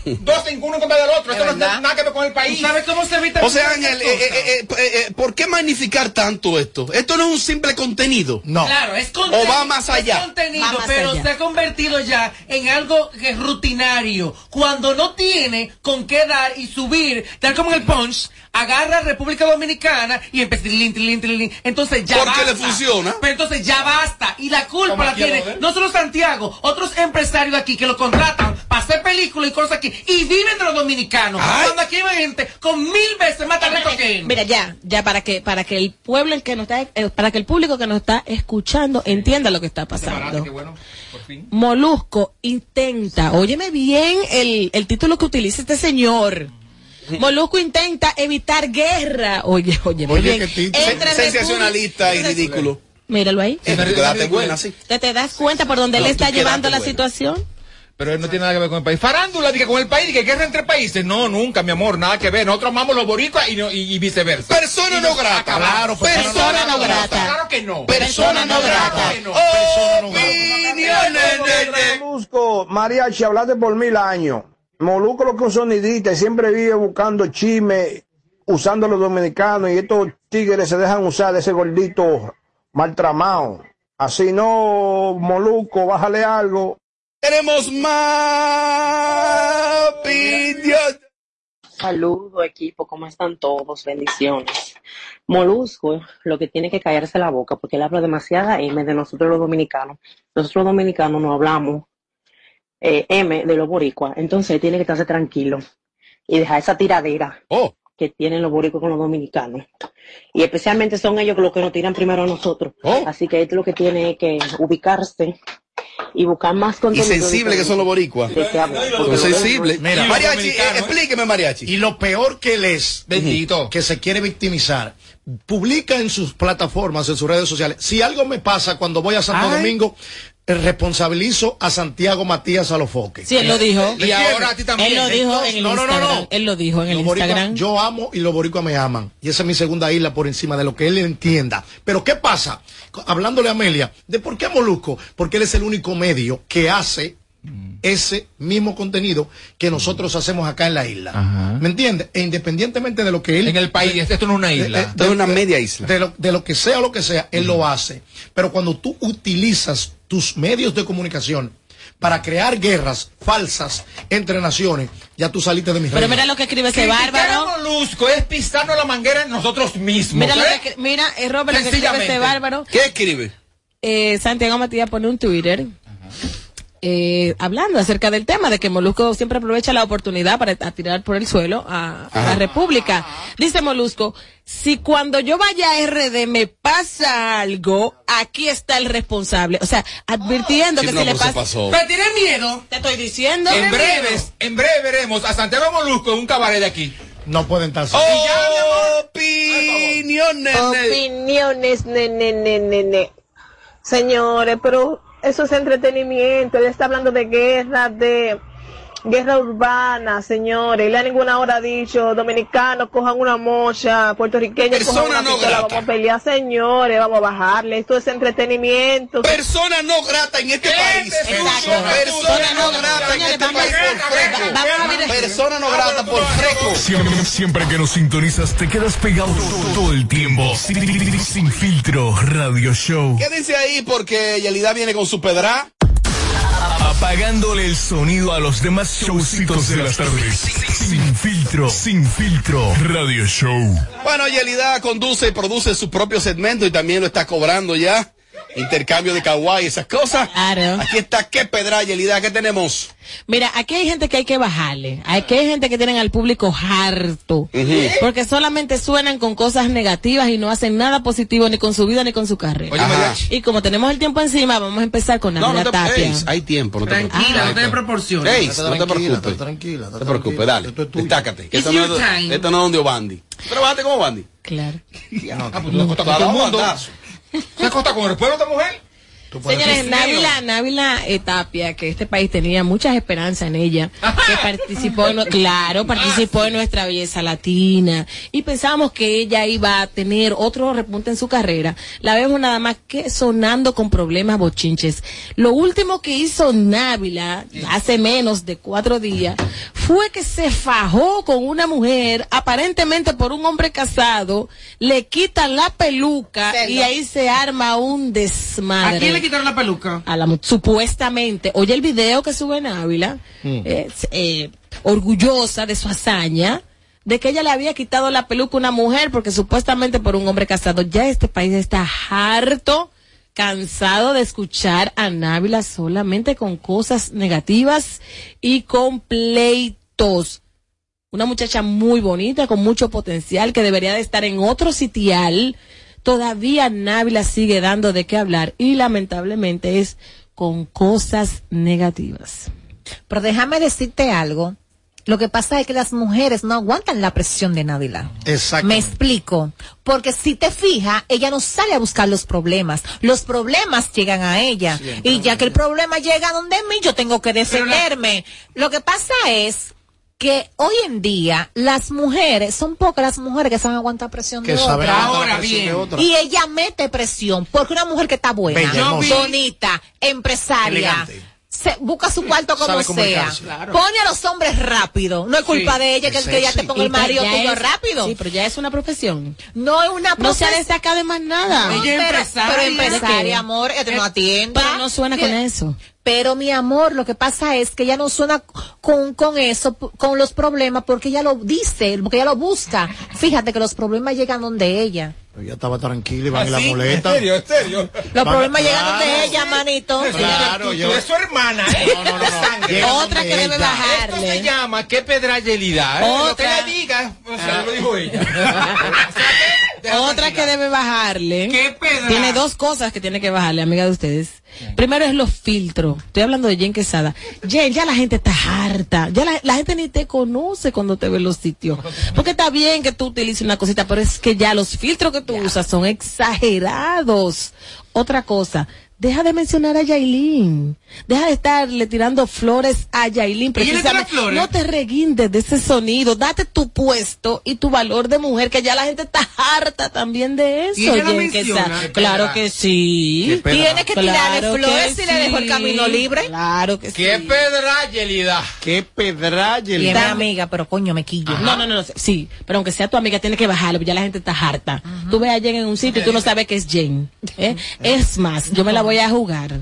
[SPEAKER 1] Dos en uno contra el otro, eso no tiene nada que ver con el país. ¿Sabes
[SPEAKER 3] cómo se evita?
[SPEAKER 2] O sea, Ángel, eh, eh, eh, eh, eh, ¿por qué magnificar tanto esto? Esto no es un simple contenido. No.
[SPEAKER 3] Claro, es contenido.
[SPEAKER 2] O va más allá.
[SPEAKER 3] Es contenido,
[SPEAKER 2] Va más
[SPEAKER 3] pero
[SPEAKER 2] allá.
[SPEAKER 3] se ha convertido ya en algo que es rutinario. Cuando no tiene con qué dar y subir, tal como en el punch, agarra a República Dominicana y empieza. tilín, tilín, tilín. Entonces ya
[SPEAKER 2] Porque le
[SPEAKER 3] basta.
[SPEAKER 2] funciona.
[SPEAKER 3] Pero entonces ya basta. Y la
[SPEAKER 2] Como
[SPEAKER 3] culpa la
[SPEAKER 2] aquí,
[SPEAKER 3] tiene
[SPEAKER 2] Robert.
[SPEAKER 3] no solo Santiago, otros empresarios aquí que lo contratan para hacer películas y cosas aquí. Y viven de los dominicanos. Cuando aquí hay gente con mil veces más talento que él.
[SPEAKER 4] Mira, ya, ya para que para que el pueblo el que nos está eh, para que el público que nos está escuchando entienda lo que está pasando. Molusco intenta, óyeme bien el, el título que utiliza este señor. Molusco intenta evitar guerra. Oye, oye, muy bien.
[SPEAKER 9] Eh,
[SPEAKER 4] Entre
[SPEAKER 2] Sen- sensacionalista y
[SPEAKER 4] República-
[SPEAKER 2] ridículo.
[SPEAKER 4] Míralo ahí.
[SPEAKER 2] Sí, pero date eh, buena, sí.
[SPEAKER 4] ¿Te, te das cuenta por dónde
[SPEAKER 1] No,
[SPEAKER 4] le
[SPEAKER 1] tú
[SPEAKER 4] está
[SPEAKER 1] quédate
[SPEAKER 4] llevando la
[SPEAKER 1] buena.
[SPEAKER 4] situación?
[SPEAKER 1] Pero él no tiene nada que ver con el país. Farándula, dije con el país, que guerra entre países. No, nunca, mi amor, nada que ver. Nosotros amamos los boricuas y, no- y- y viceversa.
[SPEAKER 2] Persona no grata.
[SPEAKER 1] Claro,
[SPEAKER 2] Persona no grata.
[SPEAKER 1] Claro que no.
[SPEAKER 2] Persona no grata. Opiniones.
[SPEAKER 21] Molusco, Mariachi, hablaste por mil años. Molusco lo que un sonidista y siempre vive buscando chisme, usando a los dominicanos y estos tigres se dejan usar de ese gordito maltramado. Así no, Molusco, bájale algo.
[SPEAKER 2] Tenemos más opiniones.
[SPEAKER 22] Saludo equipo, ¿cómo están todos? Bendiciones. Molusco, lo que tiene que callarse la boca, porque él habla demasiada M de nosotros los dominicanos. Nosotros los dominicanos no hablamos eh, M de los boricuas, entonces él tiene que estarse tranquilo y dejar esa tiradera
[SPEAKER 2] Oh.
[SPEAKER 22] que tienen los boricuas con los dominicanos. Y especialmente son ellos los que nos tiran primero a nosotros.
[SPEAKER 2] Oh.
[SPEAKER 22] Así que él lo que tiene es que ubicarse y buscar más
[SPEAKER 2] Y
[SPEAKER 22] contenido.
[SPEAKER 2] sensible que son los boricuas.
[SPEAKER 22] de que habla, porque
[SPEAKER 2] Son
[SPEAKER 22] los-
[SPEAKER 2] sensibles.
[SPEAKER 5] Mira,
[SPEAKER 2] Mariachi, eh, explíqueme, Mariachi.
[SPEAKER 5] Y lo peor que él es, bendito, que se quiere victimizar, publica en sus plataformas, en sus redes sociales. Si algo me pasa cuando voy a Santo
[SPEAKER 1] Ay.
[SPEAKER 5] Domingo, eh, responsabilizo a Santiago Matías Alofoque.
[SPEAKER 4] Sí, él lo dijo.
[SPEAKER 5] ¿Me entiendes?
[SPEAKER 4] Él lo dijo en el
[SPEAKER 5] No, no, no,
[SPEAKER 4] Instagram.
[SPEAKER 5] no.
[SPEAKER 4] Él lo dijo en el
[SPEAKER 5] Los boricuas,
[SPEAKER 4] Instagram.
[SPEAKER 5] yo amo y los boricuas me aman. Y esa es mi segunda isla por encima de lo que él entienda. Pero ¿qué pasa? Co- Hablándole a Amelia, ¿de por qué a Molusco? Porque él es el único medio que hace ese mismo contenido que nosotros hacemos acá en la isla. ¿Me entiendes? E independientemente de lo que él...
[SPEAKER 1] En el país, esto no es una isla.
[SPEAKER 5] Esto es una media isla. De lo, de lo que sea lo que sea, él lo hace. Pero cuando tú utilizas tus medios de comunicación para crear guerras falsas entre naciones, ya tú saliste de mis
[SPEAKER 4] Pero
[SPEAKER 5] reglas.
[SPEAKER 4] mira lo que escribe ese
[SPEAKER 1] Criticar
[SPEAKER 4] bárbaro.
[SPEAKER 1] a Molusco es pisarnos la manguera en nosotros mismos.
[SPEAKER 4] Mira, lo
[SPEAKER 1] ¿eh?
[SPEAKER 4] que, mira eh, Robert, lo que escribe
[SPEAKER 1] Sencillamente.
[SPEAKER 4] este bárbaro.
[SPEAKER 2] ¿Qué escribe?
[SPEAKER 4] Eh, Santiago Matías pone un Twitter eh, hablando acerca del tema de que Molusco siempre aprovecha la oportunidad para a tirar por el suelo a, a la República. Dice Molusco, si cuando yo vaya a RD me pasa algo, aquí está el responsable. O sea, advirtiendo
[SPEAKER 1] Sí,
[SPEAKER 4] que
[SPEAKER 1] no,
[SPEAKER 4] si le
[SPEAKER 1] pues, se
[SPEAKER 4] pasa...
[SPEAKER 1] pasó.
[SPEAKER 4] Pero tiene miedo. Te estoy diciendo.
[SPEAKER 1] En breves, en breve veremos a Santiago Molusco en un cabaret de aquí. ¡Oh!
[SPEAKER 5] No pueden estar
[SPEAKER 1] solos.
[SPEAKER 2] Opiniones.
[SPEAKER 7] Opiniones, nene, nene, nene. Señores, pero eso es entretenimiento. Él está hablando de guerra, de guerra urbana, señores. Y le a ninguna hora ha dicho, dominicanos cojan una mocha, puertorriqueños
[SPEAKER 2] Persona
[SPEAKER 7] cojan una
[SPEAKER 2] no
[SPEAKER 7] mocha, la
[SPEAKER 2] grata.
[SPEAKER 7] vamos a pelear, señores, vamos a bajarle. Esto es entretenimiento.
[SPEAKER 2] Persona no grata en este país. Persona no grata en este país por freco. Persona
[SPEAKER 3] Ah,
[SPEAKER 2] no grata por freco.
[SPEAKER 17] Siempre, siempre que nos sintonizas te quedas pegado todo, todo el tiempo. Sin, sin filtro, radio show.
[SPEAKER 2] Quédense ahí porque Yelida viene con su pedra.
[SPEAKER 17] Apagándole el sonido a los demás showcitos de las tardes. Sin filtro, sin filtro, radio show.
[SPEAKER 2] Bueno, Yelida conduce y produce su propio segmento y también lo está cobrando ya. Intercambio de kawaii, esas cosas. Aquí está, ¿qué pedra, Yelida? ¿Qué tenemos?
[SPEAKER 4] Mira, aquí hay gente que hay que bajarle. Aquí hay gente que tienen al público harto.
[SPEAKER 2] Ujú.
[SPEAKER 4] Porque solamente suenan con cosas negativas y no hacen nada positivo ni con su vida ni con su carrera.
[SPEAKER 2] Oye, Mariachi.
[SPEAKER 4] y como tenemos el tiempo encima, vamos a empezar con
[SPEAKER 2] No,
[SPEAKER 4] Navidad
[SPEAKER 2] no te
[SPEAKER 4] Tapia.
[SPEAKER 2] ey, hay tiempo. No te
[SPEAKER 4] Tranquila, no te dé
[SPEAKER 3] proporciones.
[SPEAKER 2] Ey,
[SPEAKER 3] Está
[SPEAKER 2] no te
[SPEAKER 3] tranquila,
[SPEAKER 2] preocupes.
[SPEAKER 3] está
[SPEAKER 5] tranquila.
[SPEAKER 2] No te preocupes, dale. Destácate. que
[SPEAKER 3] It's
[SPEAKER 2] esto, no
[SPEAKER 3] your
[SPEAKER 2] es,
[SPEAKER 3] time.
[SPEAKER 2] esto no es donde Obandi. Trabajaste como Obandi.
[SPEAKER 4] Claro.
[SPEAKER 2] No,
[SPEAKER 1] tú te acostas con todo el mundo. ¿Se acosta con el pueblo de mujer?
[SPEAKER 4] Señores, Návila, Návila eh, Tapia, que este país tenía muchas esperanzas en ella, que participó, en, claro, participó en nuestra belleza latina y pensábamos que ella iba a tener otro repunte en su carrera. La vemos nada más que sonando con problemas bochinches. Lo último que hizo Návila hace menos de cuatro días fue que se fajó con una mujer, aparentemente por un hombre casado, le quitan la peluca
[SPEAKER 3] Celo.
[SPEAKER 4] y ahí se arma un desmadre
[SPEAKER 3] ¿A quién le quitaron la peluca?
[SPEAKER 4] a la mu- supuestamente, oye el video que sube en Ávila,
[SPEAKER 3] Mm.
[SPEAKER 4] es, eh, orgullosa de su hazaña, de que ella le había quitado la peluca a una mujer porque supuestamente por un hombre casado. Ya este país está harto, cansado de escuchar a Návila solamente con cosas negativas y con pleitos. Una muchacha muy bonita, con mucho potencial, que debería de estar en otro sitial. Todavía Návila sigue dando de qué hablar y lamentablemente es con cosas negativas.
[SPEAKER 6] Pero déjame decirte algo. Lo que pasa es que las mujeres no aguantan la presión de Návila.
[SPEAKER 5] Exacto.
[SPEAKER 6] Me explico. Porque si te fijas, ella no sale a buscar los problemas. Los problemas llegan a ella. y ya que el problema llega donde mí, yo tengo que defenderme. Lo que pasa es que hoy en día las mujeres, son pocas las mujeres que saben aguantar presión
[SPEAKER 20] Que
[SPEAKER 6] de
[SPEAKER 20] saben
[SPEAKER 6] otra.
[SPEAKER 20] aguantar Ahora presión de bien. otra.
[SPEAKER 6] Y ella mete presión. Porque una mujer que está buena,
[SPEAKER 20] Bella, hermosa.
[SPEAKER 6] bonita, empresaria,
[SPEAKER 20] Elegante.
[SPEAKER 6] se busca su cuarto como
[SPEAKER 20] Sabe
[SPEAKER 6] sea.
[SPEAKER 20] comunicarse. Claro.
[SPEAKER 6] Pone a los hombres rápido. No es culpa
[SPEAKER 4] Sí,
[SPEAKER 6] de ella que,
[SPEAKER 4] sí,
[SPEAKER 6] que ya te
[SPEAKER 4] sí.
[SPEAKER 6] ponga el
[SPEAKER 4] Y ta-
[SPEAKER 6] marido
[SPEAKER 4] ya
[SPEAKER 6] tuyo
[SPEAKER 4] es-
[SPEAKER 6] rápido.
[SPEAKER 4] sí, pero ya es una profesión.
[SPEAKER 6] No es una
[SPEAKER 4] No se ha
[SPEAKER 6] profes-
[SPEAKER 4] destacado de más nada.
[SPEAKER 6] No,
[SPEAKER 4] Ella es
[SPEAKER 6] pero-
[SPEAKER 4] empresaria.
[SPEAKER 6] Pero
[SPEAKER 4] ¿De qué?
[SPEAKER 6] empresaria, amor, ella te no
[SPEAKER 4] Eh,
[SPEAKER 6] atienda.
[SPEAKER 4] pero no suena con
[SPEAKER 6] Que-
[SPEAKER 4] eso.
[SPEAKER 6] Pero mi amor, lo que pasa es que ella no suena con, con eso, p- con los problemas, porque ella lo dice, porque ella lo busca. Fíjate que los problemas llegan donde ella.
[SPEAKER 5] Ella estaba tranquila y van en la
[SPEAKER 1] ¿Ah, sí?
[SPEAKER 5] muleta.
[SPEAKER 1] ¿En serio? ¿En serio?
[SPEAKER 6] Los
[SPEAKER 5] Van-
[SPEAKER 6] problemas llegan
[SPEAKER 5] Claro.
[SPEAKER 6] donde ella, manito.
[SPEAKER 5] Claro, yo-
[SPEAKER 1] Es su hermana, ¿eh? No, no, no.
[SPEAKER 6] Otra que debe
[SPEAKER 1] bajar. Esto se llama qué pedrayelidad. ¿eh? Lo que
[SPEAKER 4] Otra.
[SPEAKER 1] ella diga, o sea, lo dijo ella.
[SPEAKER 4] Otra que debe bajarle. Tiene dos cosas que tiene que bajarle, amiga de ustedes. Primero es los filtros. Estoy hablando de Jen Quesada. Jen, ya la gente está harta. Ya la, la gente ni te conoce cuando te ve en los sitios. Porque está bien que tú utilices una cosita, pero es que ya los filtros que tú usas son exagerados. Otra cosa. Deja de mencionar a Yailin. Deja de estarle tirando flores a Yailin.
[SPEAKER 3] ¿Ella le tira
[SPEAKER 4] Precisamente.
[SPEAKER 3] flores?
[SPEAKER 4] No te reguindes de ese sonido. Date tu puesto y tu valor de mujer, que ya la gente está harta también de eso.
[SPEAKER 6] Y ella lo
[SPEAKER 4] Jen Quesada.
[SPEAKER 6] menciona. Qué
[SPEAKER 4] Claro
[SPEAKER 6] pena.
[SPEAKER 4] que sí.
[SPEAKER 6] pena. Tiene que tirarle flores y le dejó el camino libre.
[SPEAKER 4] Claro que
[SPEAKER 1] Qué
[SPEAKER 4] sí.
[SPEAKER 1] pedrayelidad.
[SPEAKER 5] Qué pedralle.
[SPEAKER 6] Y es mi amiga, pero coño, me quillo.
[SPEAKER 4] No, no, no, no, sí, pero aunque sea tu amiga, tiene que bajarlo, porque ya la gente está harta. Tú ves a Jen en un sitio y tú no sabes que es Jen. ¿eh? Es más, yo me la voy a jugar.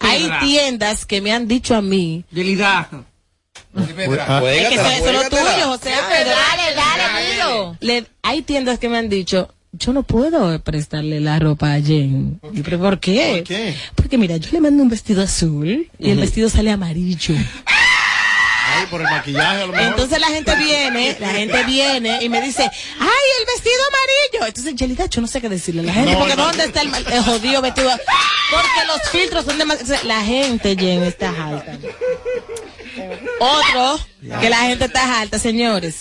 [SPEAKER 4] Hay
[SPEAKER 3] pedra.
[SPEAKER 4] tiendas que me han dicho a mí. Es que eso, eso es lo tuyo, José.
[SPEAKER 6] Dale, dale, dale, dilo.
[SPEAKER 4] Le- hay tiendas que me han dicho, yo no puedo eh, prestarle la ropa a Jen. Y, ¿Pero por qué? Porque mira, yo le mando un vestido azul y el
[SPEAKER 5] Ujú.
[SPEAKER 4] vestido sale amarillo.
[SPEAKER 5] Ay, por el maquillaje, a lo mejor.
[SPEAKER 4] Entonces la gente viene, la gente viene y me dice, ay, el vestido amarillo. Entonces, Yelida, yo no sé qué decirle a la gente,
[SPEAKER 20] No,
[SPEAKER 4] porque
[SPEAKER 20] no.
[SPEAKER 4] ¿dónde está el, mal- Eh, el jodido vestido? Porque los filtros son demasiado... La gente, Jen, está alta. Otro, que la gente está alta, señores.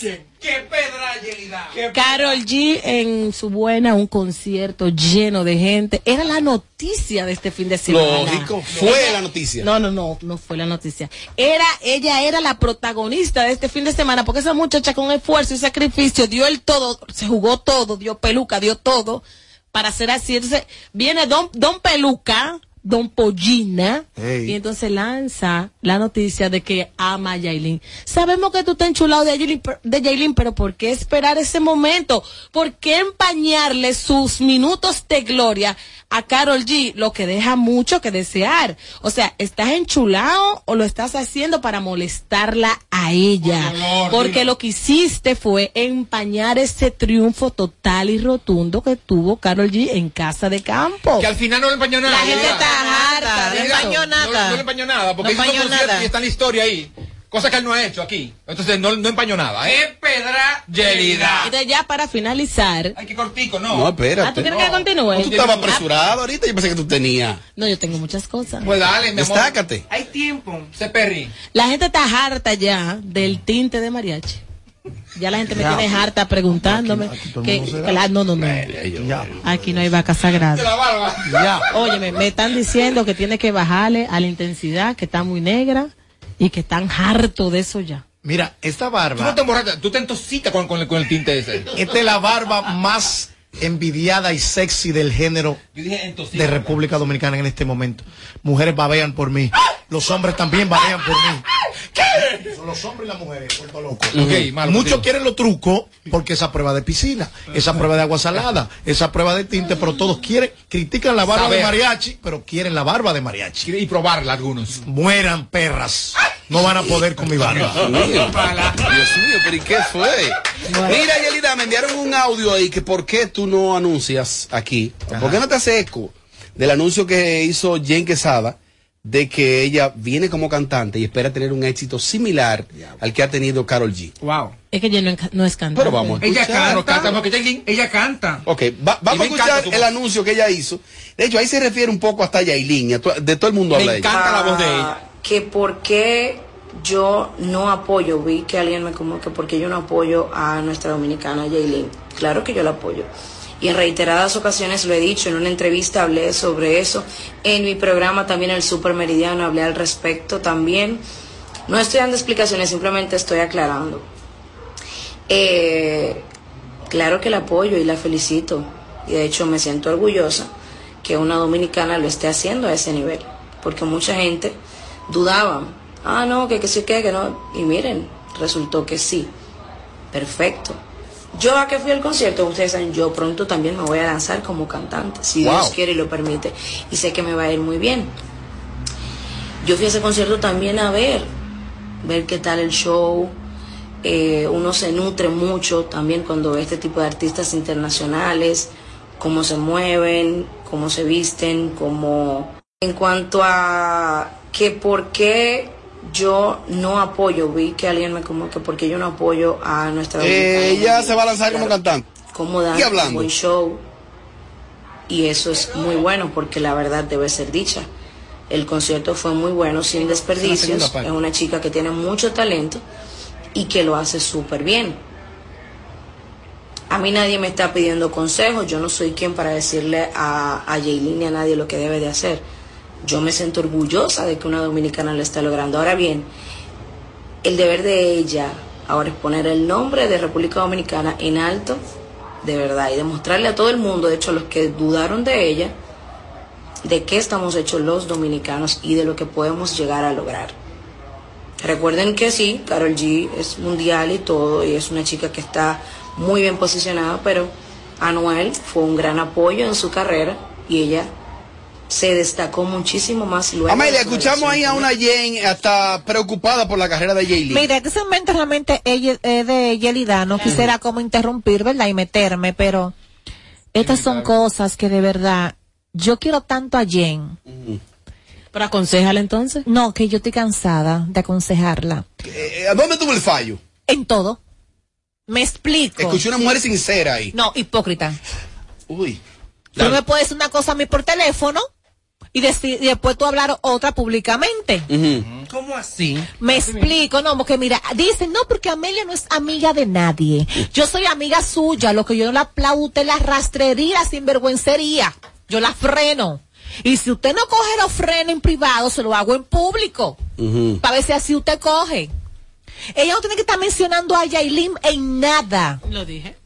[SPEAKER 4] Carol G en su buena, un concierto lleno de gente. Era la noticia de este fin de semana.
[SPEAKER 2] Lógico, fue la noticia.
[SPEAKER 4] No, no, no, no fue la noticia. Era, ella era la protagonista de este fin de semana, porque esa muchacha con esfuerzo y sacrificio dio el todo, se jugó todo, dio peluca, dio todo, para hacer así. Entonces, viene Don, Don Peluca, Don Pollina,
[SPEAKER 20] Ey.
[SPEAKER 4] y entonces lanza la noticia de que ama a Yailin. Sabemos que tú estás enchulado de Yailin, per- de Yailin, pero ¿por qué esperar ese momento? ¿Por qué empañarle sus minutos de gloria a Carol G? Lo que deja mucho que desear. O sea, ¿estás enchulado o lo estás haciendo para molestarla a ella? Porque lo que hiciste fue empañar ese triunfo total y rotundo que tuvo Carol G en casa de campo.
[SPEAKER 1] Que al final no le empañó nada.
[SPEAKER 4] La gente
[SPEAKER 1] Yelida.
[SPEAKER 4] está harta,
[SPEAKER 1] Yelida,
[SPEAKER 4] no empañó nada.
[SPEAKER 1] No, no le empañó nada, porque
[SPEAKER 4] No
[SPEAKER 1] hizo
[SPEAKER 4] empañó
[SPEAKER 1] concierto
[SPEAKER 4] nada.
[SPEAKER 1] y está en la historia ahí. Cosa que él no ha hecho aquí. Entonces no, no empañó nada, ¿eh?
[SPEAKER 3] ¡Qué pedra!
[SPEAKER 1] Yelida.
[SPEAKER 4] Entonces, ya para finalizar.
[SPEAKER 1] Ay, qué cortico,
[SPEAKER 2] No, espérate.
[SPEAKER 4] Ah, ¿tú quieres que continúe? Ah.
[SPEAKER 2] Tú estabas apresurado ahorita, yo pensé que tú tenías.
[SPEAKER 4] No, yo tengo muchas cosas.
[SPEAKER 2] Pues dale, mi amor. Destácate.
[SPEAKER 4] Hay tiempo.
[SPEAKER 1] Se perri.
[SPEAKER 4] La gente está harta ya del tinte de mariachi. Ya la gente me
[SPEAKER 20] Ya.
[SPEAKER 4] tiene harta preguntándome.
[SPEAKER 20] todo el
[SPEAKER 4] que,
[SPEAKER 20] mundo se
[SPEAKER 4] que
[SPEAKER 20] da.
[SPEAKER 4] la- no, no, no. Aquí no hay vaca sagrada. Óyeme, me están diciendo que tiene que bajarle a la intensidad, que está muy negra y que están harto de eso ya.
[SPEAKER 5] Mira, esta
[SPEAKER 1] Tú no
[SPEAKER 5] barba,
[SPEAKER 1] te emborrachas, tú te entositas con, con, el- con el tinte ese.
[SPEAKER 5] esta es la barba más envidiada y sexy del género
[SPEAKER 1] Yo dije entositas.
[SPEAKER 5] de República Dominicana en este momento. Mujeres babean por mí, los hombres también babean por mí. Los hombres y las mujeres, vuelto loco.
[SPEAKER 1] Ok, malo,
[SPEAKER 5] Muchos
[SPEAKER 1] continúa.
[SPEAKER 5] quieren los trucos porque esa prueba de piscina, esa prueba de agua salada, esa prueba de tinte, pero todos quieren, critican la barba
[SPEAKER 1] Saber.
[SPEAKER 5] de mariachi, pero quieren la barba de mariachi.
[SPEAKER 1] Y probarla algunos.
[SPEAKER 5] Mueran perras, no van a poder con mi barba.
[SPEAKER 2] Dios mío, Dios mío, pero ¿y qué fue? Mira, Yelida, me enviaron un audio ahí que por qué tú no anuncias aquí. ¿Por qué no te haces eco del anuncio que hizo Jen Quesada de que ella viene como cantante y espera tener un éxito similar al que ha tenido Carol G?
[SPEAKER 3] Wow.
[SPEAKER 4] Es que ella no, enca- no es cantante.
[SPEAKER 2] Pero vamos a
[SPEAKER 3] Ella
[SPEAKER 2] escuchar.
[SPEAKER 3] canta, porque ella, ella canta.
[SPEAKER 2] Ok, va-
[SPEAKER 3] Y me
[SPEAKER 2] vamos a
[SPEAKER 3] encanta
[SPEAKER 2] escuchar
[SPEAKER 3] su
[SPEAKER 2] el
[SPEAKER 3] voz.
[SPEAKER 2] anuncio que ella hizo. De hecho, ahí se refiere un poco hasta a Yailin, a to- de todo el mundo habla de ella. Ah,
[SPEAKER 9] Ah, Que por qué yo no apoyo, vi que alguien me como que por qué yo no apoyo a nuestra dominicana Yailin. Claro que yo la apoyo. Y en reiteradas ocasiones lo he dicho, en una entrevista hablé sobre eso, en mi programa también el Super Meridiano hablé al respecto también. No estoy dando explicaciones, simplemente estoy aclarando. Eh, claro que la apoyo y la felicito. Y de hecho me siento orgullosa que una dominicana lo esté haciendo a ese nivel. Porque mucha gente dudaba. Ah, no, que que sí, que, que no. Y miren, resultó que sí. Perfecto. Yo a que fui al concierto, ustedes saben, yo pronto también me voy a lanzar como cantante, si Dios
[SPEAKER 10] Wow.
[SPEAKER 9] quiere y lo permite. Y sé que me va a ir muy bien. Yo fui a ese concierto también a ver, ver qué tal el show, eh, uno se nutre mucho también cuando ve este tipo de artistas internacionales, cómo se mueven, cómo se visten, cómo... En cuanto a que por qué yo no apoyo, vi que alguien me como que por qué yo no apoyo a nuestra...
[SPEAKER 2] Eh,
[SPEAKER 9] dominicana.
[SPEAKER 2] ella se va a lanzar como cantante.
[SPEAKER 9] Cómo dan
[SPEAKER 2] Y hablando.
[SPEAKER 9] un buen show. Y eso es muy bueno porque la verdad debe ser dicha. El concierto fue muy bueno, sin desperdicios.
[SPEAKER 10] segunda parte.
[SPEAKER 9] Es una chica que tiene mucho talento y que lo hace súper bien. A mí nadie me está pidiendo consejos, yo no soy quien para decirle a, a Yailin ni a nadie lo que debe de hacer. Yo me siento orgullosa de que una dominicana lo está logrando. Ahora bien, el deber de ella ahora es poner el nombre de República Dominicana en alto, de verdad, y demostrarle a todo el mundo, de hecho a los que dudaron de ella, de qué estamos hechos los dominicanos y de lo que podemos llegar a lograr. Recuerden que sí, Carol G es mundial y todo, y es una chica que está muy bien posicionada, pero Anuel fue un gran apoyo en su carrera y ella se destacó muchísimo más luego. de
[SPEAKER 2] Amelia,
[SPEAKER 9] su
[SPEAKER 2] escuchamos
[SPEAKER 9] relación
[SPEAKER 2] ahí a
[SPEAKER 9] con
[SPEAKER 2] una
[SPEAKER 9] él.
[SPEAKER 2] Jen hasta preocupada por la carrera de Yailin.
[SPEAKER 6] Mira, en este momento realmente ella- eh, de Yelida no quisiera como interrumpir, ¿verdad? Y meterme, pero Estas son cosas que de verdad yo quiero tanto a Jen.
[SPEAKER 4] Pero aconsejala entonces.
[SPEAKER 6] No, que yo estoy cansada de aconsejarla.
[SPEAKER 2] Eh, ¿A dónde tuvo el fallo?
[SPEAKER 6] En todo. Me explico.
[SPEAKER 2] Escuché una mujer sincera ahí.
[SPEAKER 6] No, hipócrita.
[SPEAKER 2] Uy.
[SPEAKER 6] Tú me puedes decir una cosa a mí por teléfono y, deci- y después tú hablar otra públicamente.
[SPEAKER 3] ¿Cómo así?
[SPEAKER 6] Me explico, no, porque mira, dicen, no, porque Amelia no es amiga de nadie. Yo soy amiga suya, lo que yo no la aplaudo es la rastrería, la sinvergüencería. Yo la freno. Y si usted no coge los frenos en privado, se lo hago en público. Para ver si así usted coge. Ella no tiene que estar mencionando a Yailin en nada.
[SPEAKER 4] Lo dije.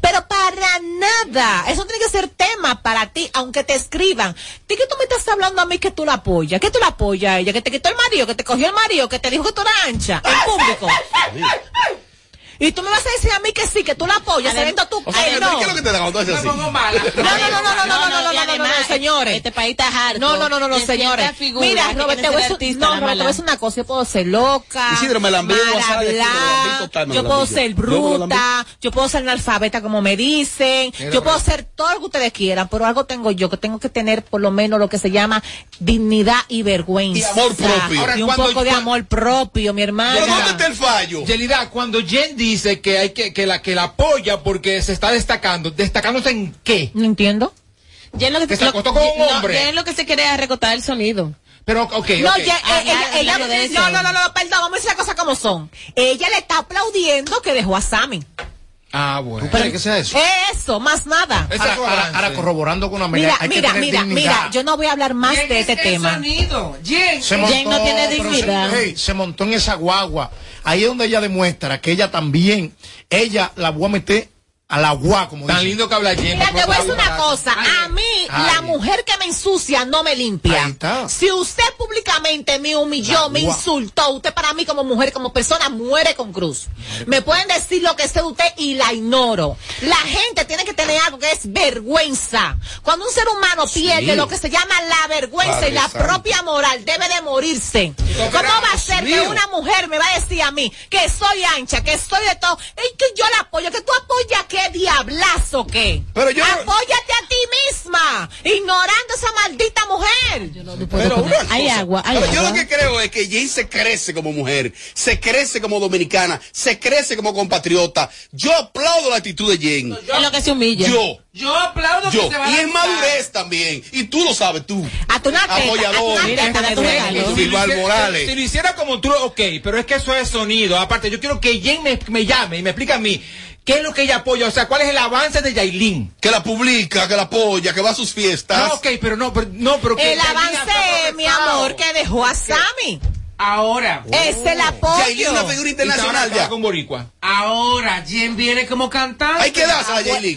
[SPEAKER 6] Pero para nada. Eso tiene que ser tema para ti, aunque te escriban. ¿De qué tú me estás hablando a mí que tú la apoyas? ¿Que tú la apoyas a ella? ¿Que te quitó el marido? ¿Que te cogió el marido? ¿Que te dijo que tú eras ancha? En público. Y tú me vas a decir a mí que sí, que tú la apoyas, sabiendo tú
[SPEAKER 2] O sea,
[SPEAKER 6] que no.
[SPEAKER 2] ¿qué es lo que te da cuando haces así?
[SPEAKER 6] No, no, no, no, no, no, no, no, no,
[SPEAKER 4] y
[SPEAKER 6] no, no,
[SPEAKER 4] además,
[SPEAKER 6] no, señores.
[SPEAKER 4] Este país está harto.
[SPEAKER 6] No, no, no, no, no,
[SPEAKER 4] de cierta
[SPEAKER 6] señores.
[SPEAKER 4] figura
[SPEAKER 6] Mira,
[SPEAKER 4] que
[SPEAKER 6] Robert,
[SPEAKER 4] quieren
[SPEAKER 6] te voy a
[SPEAKER 4] ser
[SPEAKER 6] decir-
[SPEAKER 4] artistas,
[SPEAKER 6] no,
[SPEAKER 4] nada más
[SPEAKER 6] Robert, te voy a decir una cosa. Yo puedo ser loca.
[SPEAKER 2] Isidro, me la envío
[SPEAKER 6] mal
[SPEAKER 2] WhatsApp
[SPEAKER 23] Este
[SPEAKER 2] de Isidro,
[SPEAKER 6] hablar,
[SPEAKER 2] me la envío total, me
[SPEAKER 6] Yo
[SPEAKER 2] la
[SPEAKER 6] puedo
[SPEAKER 2] envío.
[SPEAKER 6] ser
[SPEAKER 2] Yo me la
[SPEAKER 6] bruta. Yo puedo ser analfabeta, como me dicen.
[SPEAKER 2] Mira,
[SPEAKER 6] Yo puedo
[SPEAKER 2] Robert.
[SPEAKER 6] ser todo lo que ustedes quieran, pero algo tengo yo, que tengo que tener por lo menos lo que se llama dignidad y vergüenza.
[SPEAKER 1] Y amor propio. Ahora,
[SPEAKER 6] Y un
[SPEAKER 1] cuando-
[SPEAKER 6] poco de amor propio, mi hermano.
[SPEAKER 2] el fallo?
[SPEAKER 1] Yelida, cuando Jen dice que hay que, que la que la apoya porque se está destacando, ¿destacándose en qué?
[SPEAKER 6] No entiendo.
[SPEAKER 4] Jen lo que,
[SPEAKER 1] Que se
[SPEAKER 4] lo-
[SPEAKER 1] acostó con un
[SPEAKER 4] no,
[SPEAKER 1] hombre.
[SPEAKER 4] Jen lo que se quiere es recotar el sonido.
[SPEAKER 1] Pero, ok,
[SPEAKER 6] No,
[SPEAKER 1] ok.
[SPEAKER 6] ya,
[SPEAKER 4] Ah,
[SPEAKER 6] ella,
[SPEAKER 4] claro,
[SPEAKER 6] ella-
[SPEAKER 4] claro, de eso.
[SPEAKER 6] no, no, no, no, perdón, vamos a decir las cosas como son. Ella le está aplaudiendo que dejó a Sammy.
[SPEAKER 1] Ah, bueno.
[SPEAKER 5] ¿Para que sea eso?
[SPEAKER 6] Eso, más nada.
[SPEAKER 5] Ahora, ahora- ahora corroborando con una
[SPEAKER 6] Mira,
[SPEAKER 5] hay que
[SPEAKER 6] mira,
[SPEAKER 5] tener
[SPEAKER 6] mira,
[SPEAKER 5] dignidad.
[SPEAKER 6] mira, yo no voy a hablar más
[SPEAKER 3] Jen
[SPEAKER 6] de
[SPEAKER 3] es
[SPEAKER 6] este
[SPEAKER 3] el
[SPEAKER 6] tema.
[SPEAKER 3] sonido. Jen,
[SPEAKER 5] Se montó, pero se- hey, se montó en esa guagua. Ahí es donde ella demuestra que ella también, ella la voy a meter a la guagua, como
[SPEAKER 1] Tan lindo que habla Jen.
[SPEAKER 6] Mira, te voy a decir una cosa. A mí, la mujer que me ensucia no me limpia. Si usted públicamente me humilló, me
[SPEAKER 20] gua-
[SPEAKER 6] insultó, usted para mí como mujer, como persona, muere con cruz. Me pueden decir lo que sea de usted y la ignoro. La gente tiene que tener algo que es vergüenza. Cuando un ser humano pierde lo que se llama la vergüenza
[SPEAKER 20] Padre
[SPEAKER 6] y la
[SPEAKER 20] santo.
[SPEAKER 6] propia moral, debe de morirse.
[SPEAKER 20] Pero,
[SPEAKER 6] ¿Cómo va a ser que
[SPEAKER 20] mío.
[SPEAKER 6] una mujer me va a decir a mí que soy ancha, que soy de todo, y que yo la apoyo, que tú apoyas qué diablazo qué?
[SPEAKER 2] Pero yo-
[SPEAKER 6] Apóyate a ti misma, ignorando esa maldita mujer.
[SPEAKER 2] Pero una cosa,
[SPEAKER 6] Hay agua, hay
[SPEAKER 2] pero yo
[SPEAKER 6] agua.
[SPEAKER 2] lo que creo es que Jane se crece como mujer, se crece como dominicana, se crece como compatriota. Yo aplaudo la actitud de Jane.
[SPEAKER 4] Es lo que se humilla.
[SPEAKER 2] Yo,
[SPEAKER 3] Yo aplaudo
[SPEAKER 2] yo.
[SPEAKER 3] que se va a
[SPEAKER 2] Y es
[SPEAKER 3] lanzar.
[SPEAKER 2] madurez también. Y tú lo sabes, tú.
[SPEAKER 6] A tu
[SPEAKER 2] Ah,
[SPEAKER 1] teta,
[SPEAKER 2] Apoyador.
[SPEAKER 1] a tu teta, a tu regalo.
[SPEAKER 2] Silval Morales.
[SPEAKER 1] Si lo hiciera como tú, ok, pero es que eso es sonido. Aparte, yo quiero que Jen me, me llame y me explique a mí qué es lo que ella apoya, o sea, cuál es el avance de Yailin.
[SPEAKER 2] Que la publica, que la apoya, que va a sus fiestas.
[SPEAKER 1] No, ok, pero no, pero, no, pero que
[SPEAKER 6] El
[SPEAKER 1] Yailin
[SPEAKER 6] avance, mi amor, que dejó a Sammy.
[SPEAKER 3] Ahora.
[SPEAKER 6] Es
[SPEAKER 1] Oh.
[SPEAKER 6] el apoyo.
[SPEAKER 1] internacional ya. Con Boricua.
[SPEAKER 3] Ahora, Jen viene como cantante. Ah,
[SPEAKER 6] Hay que dársela,
[SPEAKER 3] Jaylin.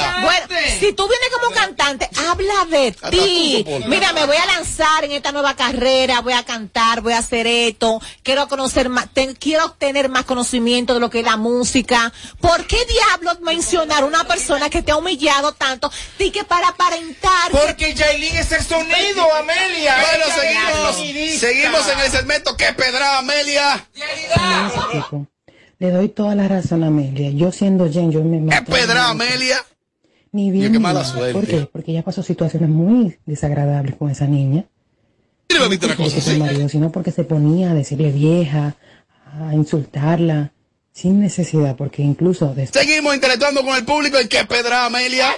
[SPEAKER 6] Ah, Bueno, Bueno, si tú vienes como cantante, habla de ti.
[SPEAKER 3] tú soportas.
[SPEAKER 6] Mira, me voy a lanzar en esta nueva carrera, voy a cantar, voy a hacer esto, quiero conocer más, te- quiero obtener más conocimiento de lo que es la música. ¿Por qué diablos mencionar una persona que te ha humillado tanto y que para aparentar?
[SPEAKER 1] Porque Jailin es el sonido, Amelia.
[SPEAKER 2] Bueno,
[SPEAKER 1] Ella es
[SPEAKER 2] seguimos.
[SPEAKER 1] sonidista.
[SPEAKER 2] Seguimos en el segmento. ¡Qué pedra, Amelia!
[SPEAKER 8] explico. Le doy toda la razón a Amelia. Yo siendo Jen, yo me mato.
[SPEAKER 2] Pedra, Amelia.
[SPEAKER 8] Ni bien.
[SPEAKER 2] Yo,
[SPEAKER 8] ni
[SPEAKER 2] qué mala
[SPEAKER 8] mal.
[SPEAKER 2] suerte.
[SPEAKER 8] ¿Por qué? Porque ella pasó situaciones muy desagradables con esa niña.
[SPEAKER 2] una
[SPEAKER 8] porque fue el marido, sino porque se ponía a decirle vieja, a insultarla, sin necesidad, porque incluso después
[SPEAKER 2] Seguimos interactuando con el público. ¿Y qué pedra, Amelia?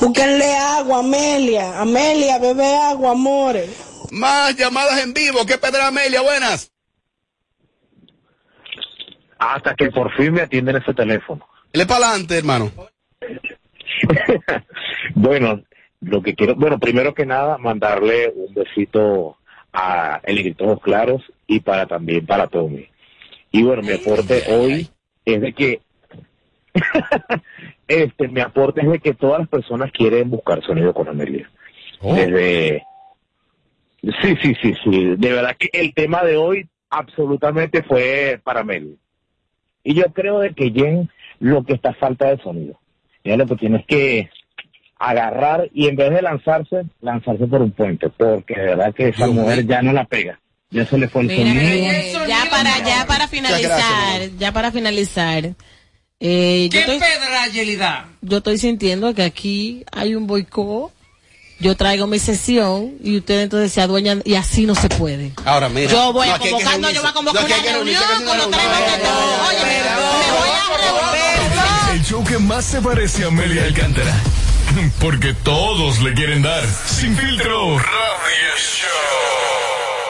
[SPEAKER 10] Búsquenle agua, Amelia. Amelia, bebe agua, amores.
[SPEAKER 2] Más llamadas en vivo. ¿Qué pedra, Amelia? Buenas.
[SPEAKER 24] Hasta que por fin me atienden ese teléfono.
[SPEAKER 2] Él es para adelante, hermano.
[SPEAKER 24] Bueno, lo que quiero, bueno, primero que nada, mandarle un besito a El Grito Claros y para también para Tommy. Y bueno, mi aporte hoy es de que este mi aporte es de que todas las personas quieren buscar sonido con Amelia. Desde Eh, Sí, sí, sí, sí, de verdad que el tema de hoy absolutamente fue para Amelia. Y yo creo de que Jen lo que está es falta de sonido. Ya lo que tienes que agarrar y en vez de lanzarse, lanzarse por un puente, porque de verdad que esa mujer ya no la pega. Ya se le fue el sonido.
[SPEAKER 4] Ya para, ya para
[SPEAKER 24] gracias,
[SPEAKER 4] finalizar, ya para finalizar, Eh, yo,
[SPEAKER 3] ¿Qué
[SPEAKER 4] estoy,
[SPEAKER 3] pedra, Yelida?
[SPEAKER 4] yo estoy sintiendo que aquí hay un boicot. Yo traigo mi sesión y ustedes entonces se adueñan y así no se puede.
[SPEAKER 2] Ahora, mira.
[SPEAKER 4] Yo voy a
[SPEAKER 2] aquí hay que
[SPEAKER 4] convocar, no,
[SPEAKER 2] reunirse.
[SPEAKER 4] yo voy a convocar
[SPEAKER 2] No, aquí
[SPEAKER 4] una
[SPEAKER 2] hay que reunirse,
[SPEAKER 4] reunión
[SPEAKER 2] hay que hacer
[SPEAKER 4] con
[SPEAKER 2] una
[SPEAKER 4] los tres
[SPEAKER 2] reunión.
[SPEAKER 4] mosqueteros. Oye, me voy a
[SPEAKER 17] El show que más se parece a Amelia Alcántara. Porque todos le quieren dar. Sin filtro.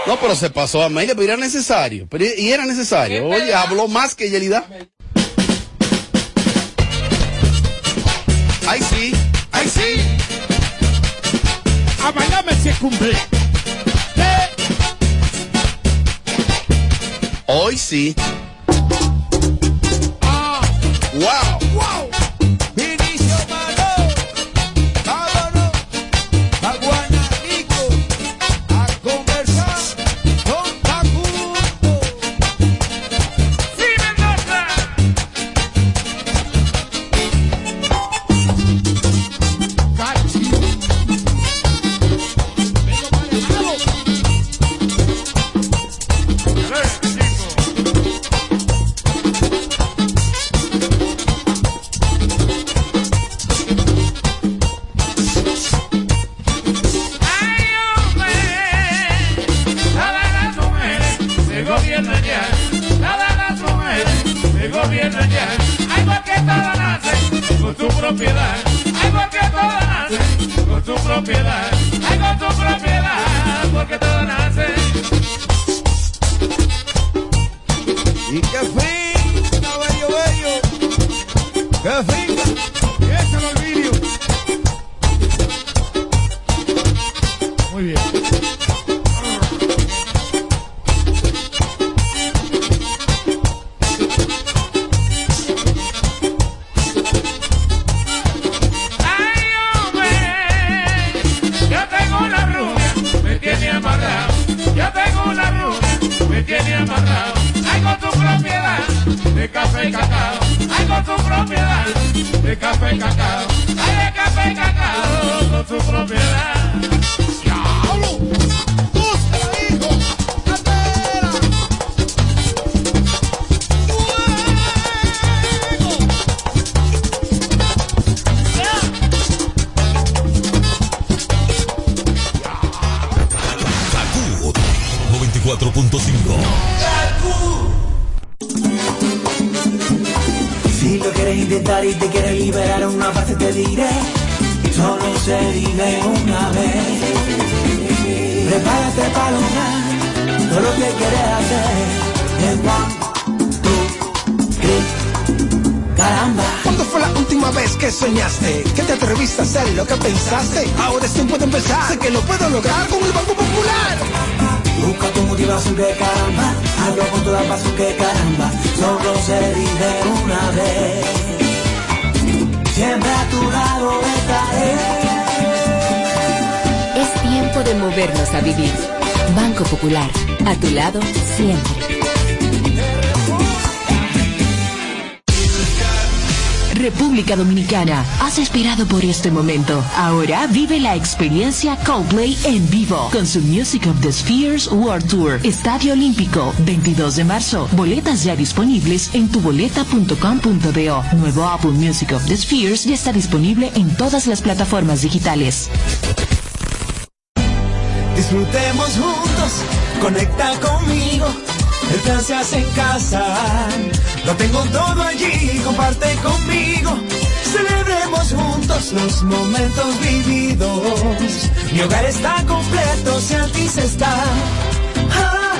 [SPEAKER 2] No, pero se pasó a Amelia, pero era necesario. Pero, y era necesario. Oye, habló más que Yelida. Ay, sí. Ay, sí.
[SPEAKER 23] A bailarme se cumple. Eh,
[SPEAKER 2] Hoy sí. ¡Wow!
[SPEAKER 25] Uh, ¡Wow! Vinicio Malo, vámonos a Guanarico a conversar con Facundo. ¡Sí, Mendoza! ¡Cachi! ¡Vengo para el Todas las mujeres se gobiernan ya. Todas las mujeres se gobiernan ya. Ay, porque todas nacen con su propiedad. Ay, porque todas nacen con su propiedad. Ay, con su propiedad, porque todas nacen.
[SPEAKER 23] Y que finca, bello, bello. Que finca. Y ese lo olvido.
[SPEAKER 26] Muy bien.
[SPEAKER 25] Ay, hombre, yo tengo
[SPEAKER 20] um
[SPEAKER 25] una rubia, me tiene amarrado. Yo tengo una rubia, me tiene amarrado. Ay, con tu propiedad de café y cacao. Ay, con tu propiedad de café y cacao. Ay, de café y cacao, con tu propiedad. ¡Diablo! ¡Tú se lo digo!
[SPEAKER 17] Kaku 94.5.
[SPEAKER 20] Si lo quieres intentar y te quieres liberar una parte te diré Solo se vive una vez Prepárate para lograr todo lo que quieres hacer En one, two, three, caramba
[SPEAKER 1] ¿Cuándo fue la última vez que soñaste? ¿Que te atreviste a hacer lo que pensaste? Ahora es tiempo de empezar, sé que lo puedo lograr con el Banco Popular
[SPEAKER 20] Busca tu motivación que caramba Hazlo con toda pasión que caramba Solo se vive una vez Siempre a tu lado estaré
[SPEAKER 27] Es tiempo de movernos a vivir. Banco Popular, a tu lado siempre. República Dominicana, has esperado por este momento. Ahora vive la experiencia Coldplay en vivo con su Music of the Spheres World Tour, Estadio Olímpico, 22 de marzo. Boletas ya disponibles en tuboleta.com.do. Nuevo álbum Music of the Spheres ya está disponible en todas las plataformas digitales.
[SPEAKER 20] Disfrutemos juntos, conecta conmigo. El plan se hace en casa. Lo tengo todo allí, comparte conmigo. Celebremos juntos los momentos vividos. Mi hogar está completo si a ti se está.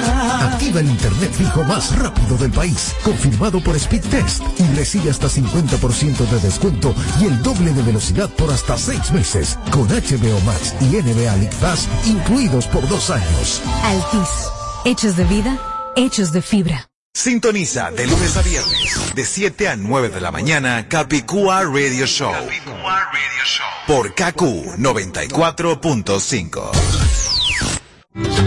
[SPEAKER 20] Ah.
[SPEAKER 18] Activa el internet fijo más rápido del país, confirmado por Speed Test y recibe hasta 50% de descuento y el doble de velocidad por hasta 6 meses con HBO Max y NBA League Pass incluidos por dos años.
[SPEAKER 28] Altis. Hechos de vida, hechos de fibra.
[SPEAKER 29] Sintoniza de lunes a viernes, de 7 a 9 de la mañana, Capicúa Radio Show. Por KQ 94.5.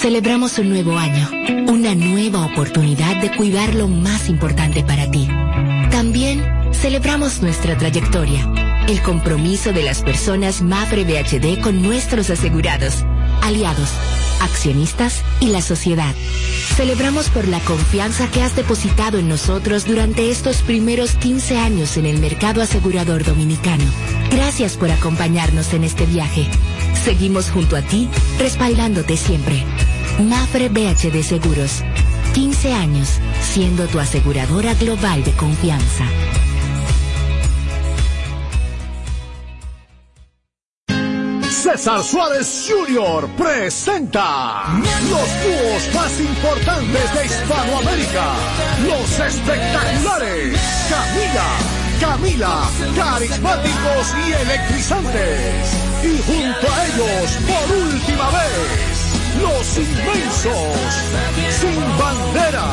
[SPEAKER 27] Celebramos un nuevo año, una nueva oportunidad de cuidar lo más importante para ti. También celebramos nuestra trayectoria, el compromiso de las personas Mafre BHD con nuestros asegurados, aliados, accionistas y la sociedad. Celebramos por la confianza que has depositado en nosotros durante estos primeros 15 años en el mercado asegurador dominicano. Gracias por acompañarnos en este viaje. Seguimos junto a ti, respaldándote siempre. Mafre BHD Seguros. 15 años siendo tu aseguradora global de confianza.
[SPEAKER 20] César Suárez Jr. presenta los dúos más importantes de Hispanoamérica, los espectaculares Camila, Camila, carismáticos y electrizantes, y junto a ellos por última vez los inmensos, sin bandera,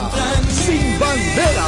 [SPEAKER 20] sin bandera,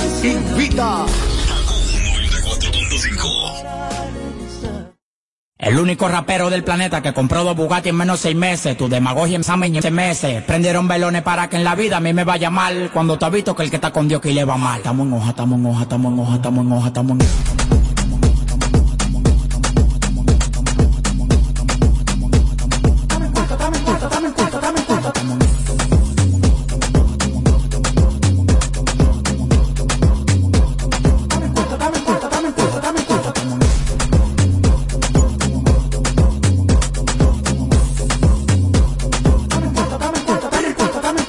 [SPEAKER 20] Invita.
[SPEAKER 24] El único rapero del planeta que compró dos Bugatti en menos de seis meses. Tu demagogia en examen en seis meses. Prendieron velones para que en la vida a mí me vaya mal. Cuando te visto que el que está con Dios que le va mal. Estamos en hoja, estamos en hoja, estamos en hoja, estamos en hoja, estamos en hoja.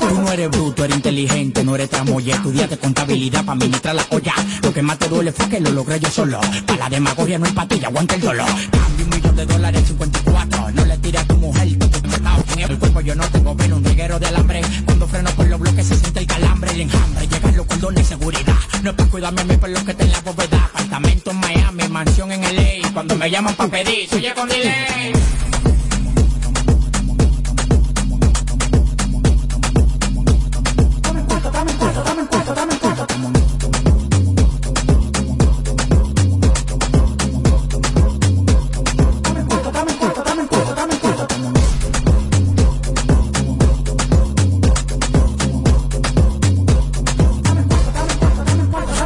[SPEAKER 24] Tú no eres bruto, eres inteligente, no eres tramoya. Estudiaste contabilidad para administrar la olla. Lo que más te duele fue que lo logré yo solo. Para la demagogia no hay patilla, aguanta el dolor. Cambio un millón de dólares 54. No le tires a tu mujer, tú te metado en el cuerpo. Yo no tengo pelo, un reguero de alambre. Cuando freno por los bloques se siente el calambre, el enjambre. Llegan los cordones de seguridad. No es para cuidarme a mí por lo que está en la bóveda. Apartamento en Miami, mansión en LA. Cuando me llaman para pedir, soy yo con delay.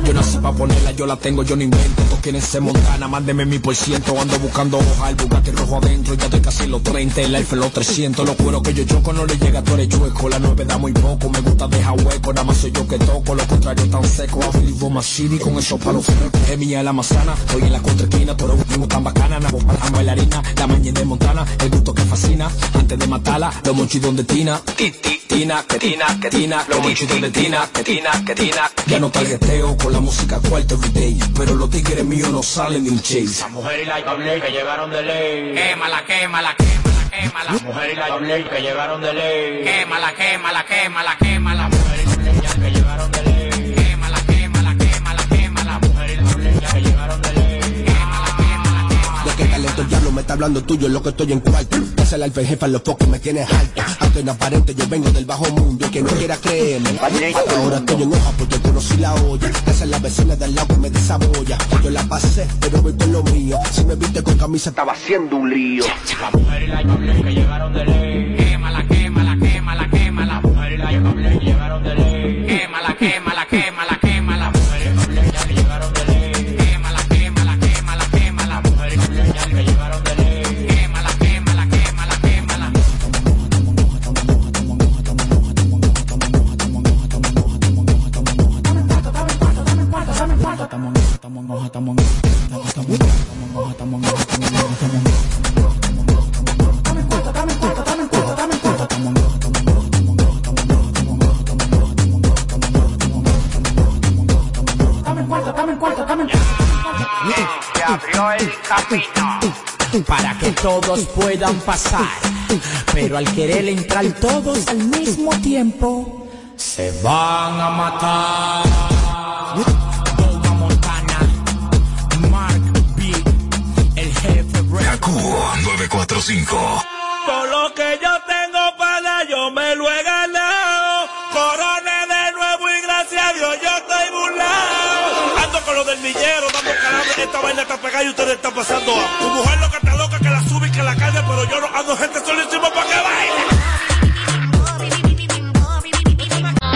[SPEAKER 11] Yo nací pa' ponerla, yo la tengo, yo no invento. Tú quieres ser montana, mándeme mi por ciento. Ando buscando hoja, el Bugatti rojo adentro. Ya estoy casi en los 30, el Alfa en los 300. Los cueros que yo choco no le llega, tú eres chueco. La nueve da muy poco, me gusta dejar hueco. Nada más soy yo que toco, lo contrario tan seco. A Philip City con esos palos frescos. Es mía la manzana, hoy en la contraesquina. Tú eres un primo tan bacana, na boca la bailarina. La mañana de Montana, el gusto que fascina. Antes de matarla, lo mochi donde tina. Ti, ti, Tina, que tina, que tina. Lo mochi donde tina, que tina, que tina. Ya no targeteo con la música cuarto everyday. Pero los tigres míos no salen de un chase.
[SPEAKER 24] Mujer y la doble que llegaron de ley. Quémala, quémala, quémala, quémala. Mujer y la doble que llegaron de ley. Quémala, quémala, quémala, quémala. Mujer y la doble que llegaron de ley. Quémala, quémala, quémala, quémala. Mujer y la doble que llegaron de ley.
[SPEAKER 11] De que talento el diablo me está hablando tuyo, lo que estoy en cuarto. Es el alfa y jefa, los pocos me tienes alta. Aunque no aparente, yo vengo del bajo mundo. Y que no quiera creerme. Ahora estoy en hoja porque conocí la olla. Esa es la vecina del lado que me desaboya. Yo la pasé, pero voy con lo mío. Si me viste con camisa, estaba haciendo un lío.
[SPEAKER 24] Quémala, quémala, quémala, quémala. Mujer y la doble que llegaron de ley. Quémala, quémala, quémala, quémala. Mujer y la doble que llegaron de ley. Quémala, quémala, quémala, quémala. Mujer y la doble que llegaron de ley. Quémala, quémala, quémala, quémala.
[SPEAKER 30] Dame el cuarto, dame el cuarto,
[SPEAKER 31] Se abrió el camino
[SPEAKER 24] para que todos puedan pasar. Pero al querer entrar todos al mismo tiempo, se van a matar. Boba Montana, Mark B, el jefe
[SPEAKER 32] Kaku 945.
[SPEAKER 20] Todo lo que yo tengo para yo me lo he ganado. Corona de nuevo y gracias a Dios yo estoy burlado. Ando con lo del millero, dando calambre. Esta vaina está pegada y ustedes están pasando a. Tu mujer lo que está loca que la sube y que la carga, pero yo no ando gente solísimo para que baile.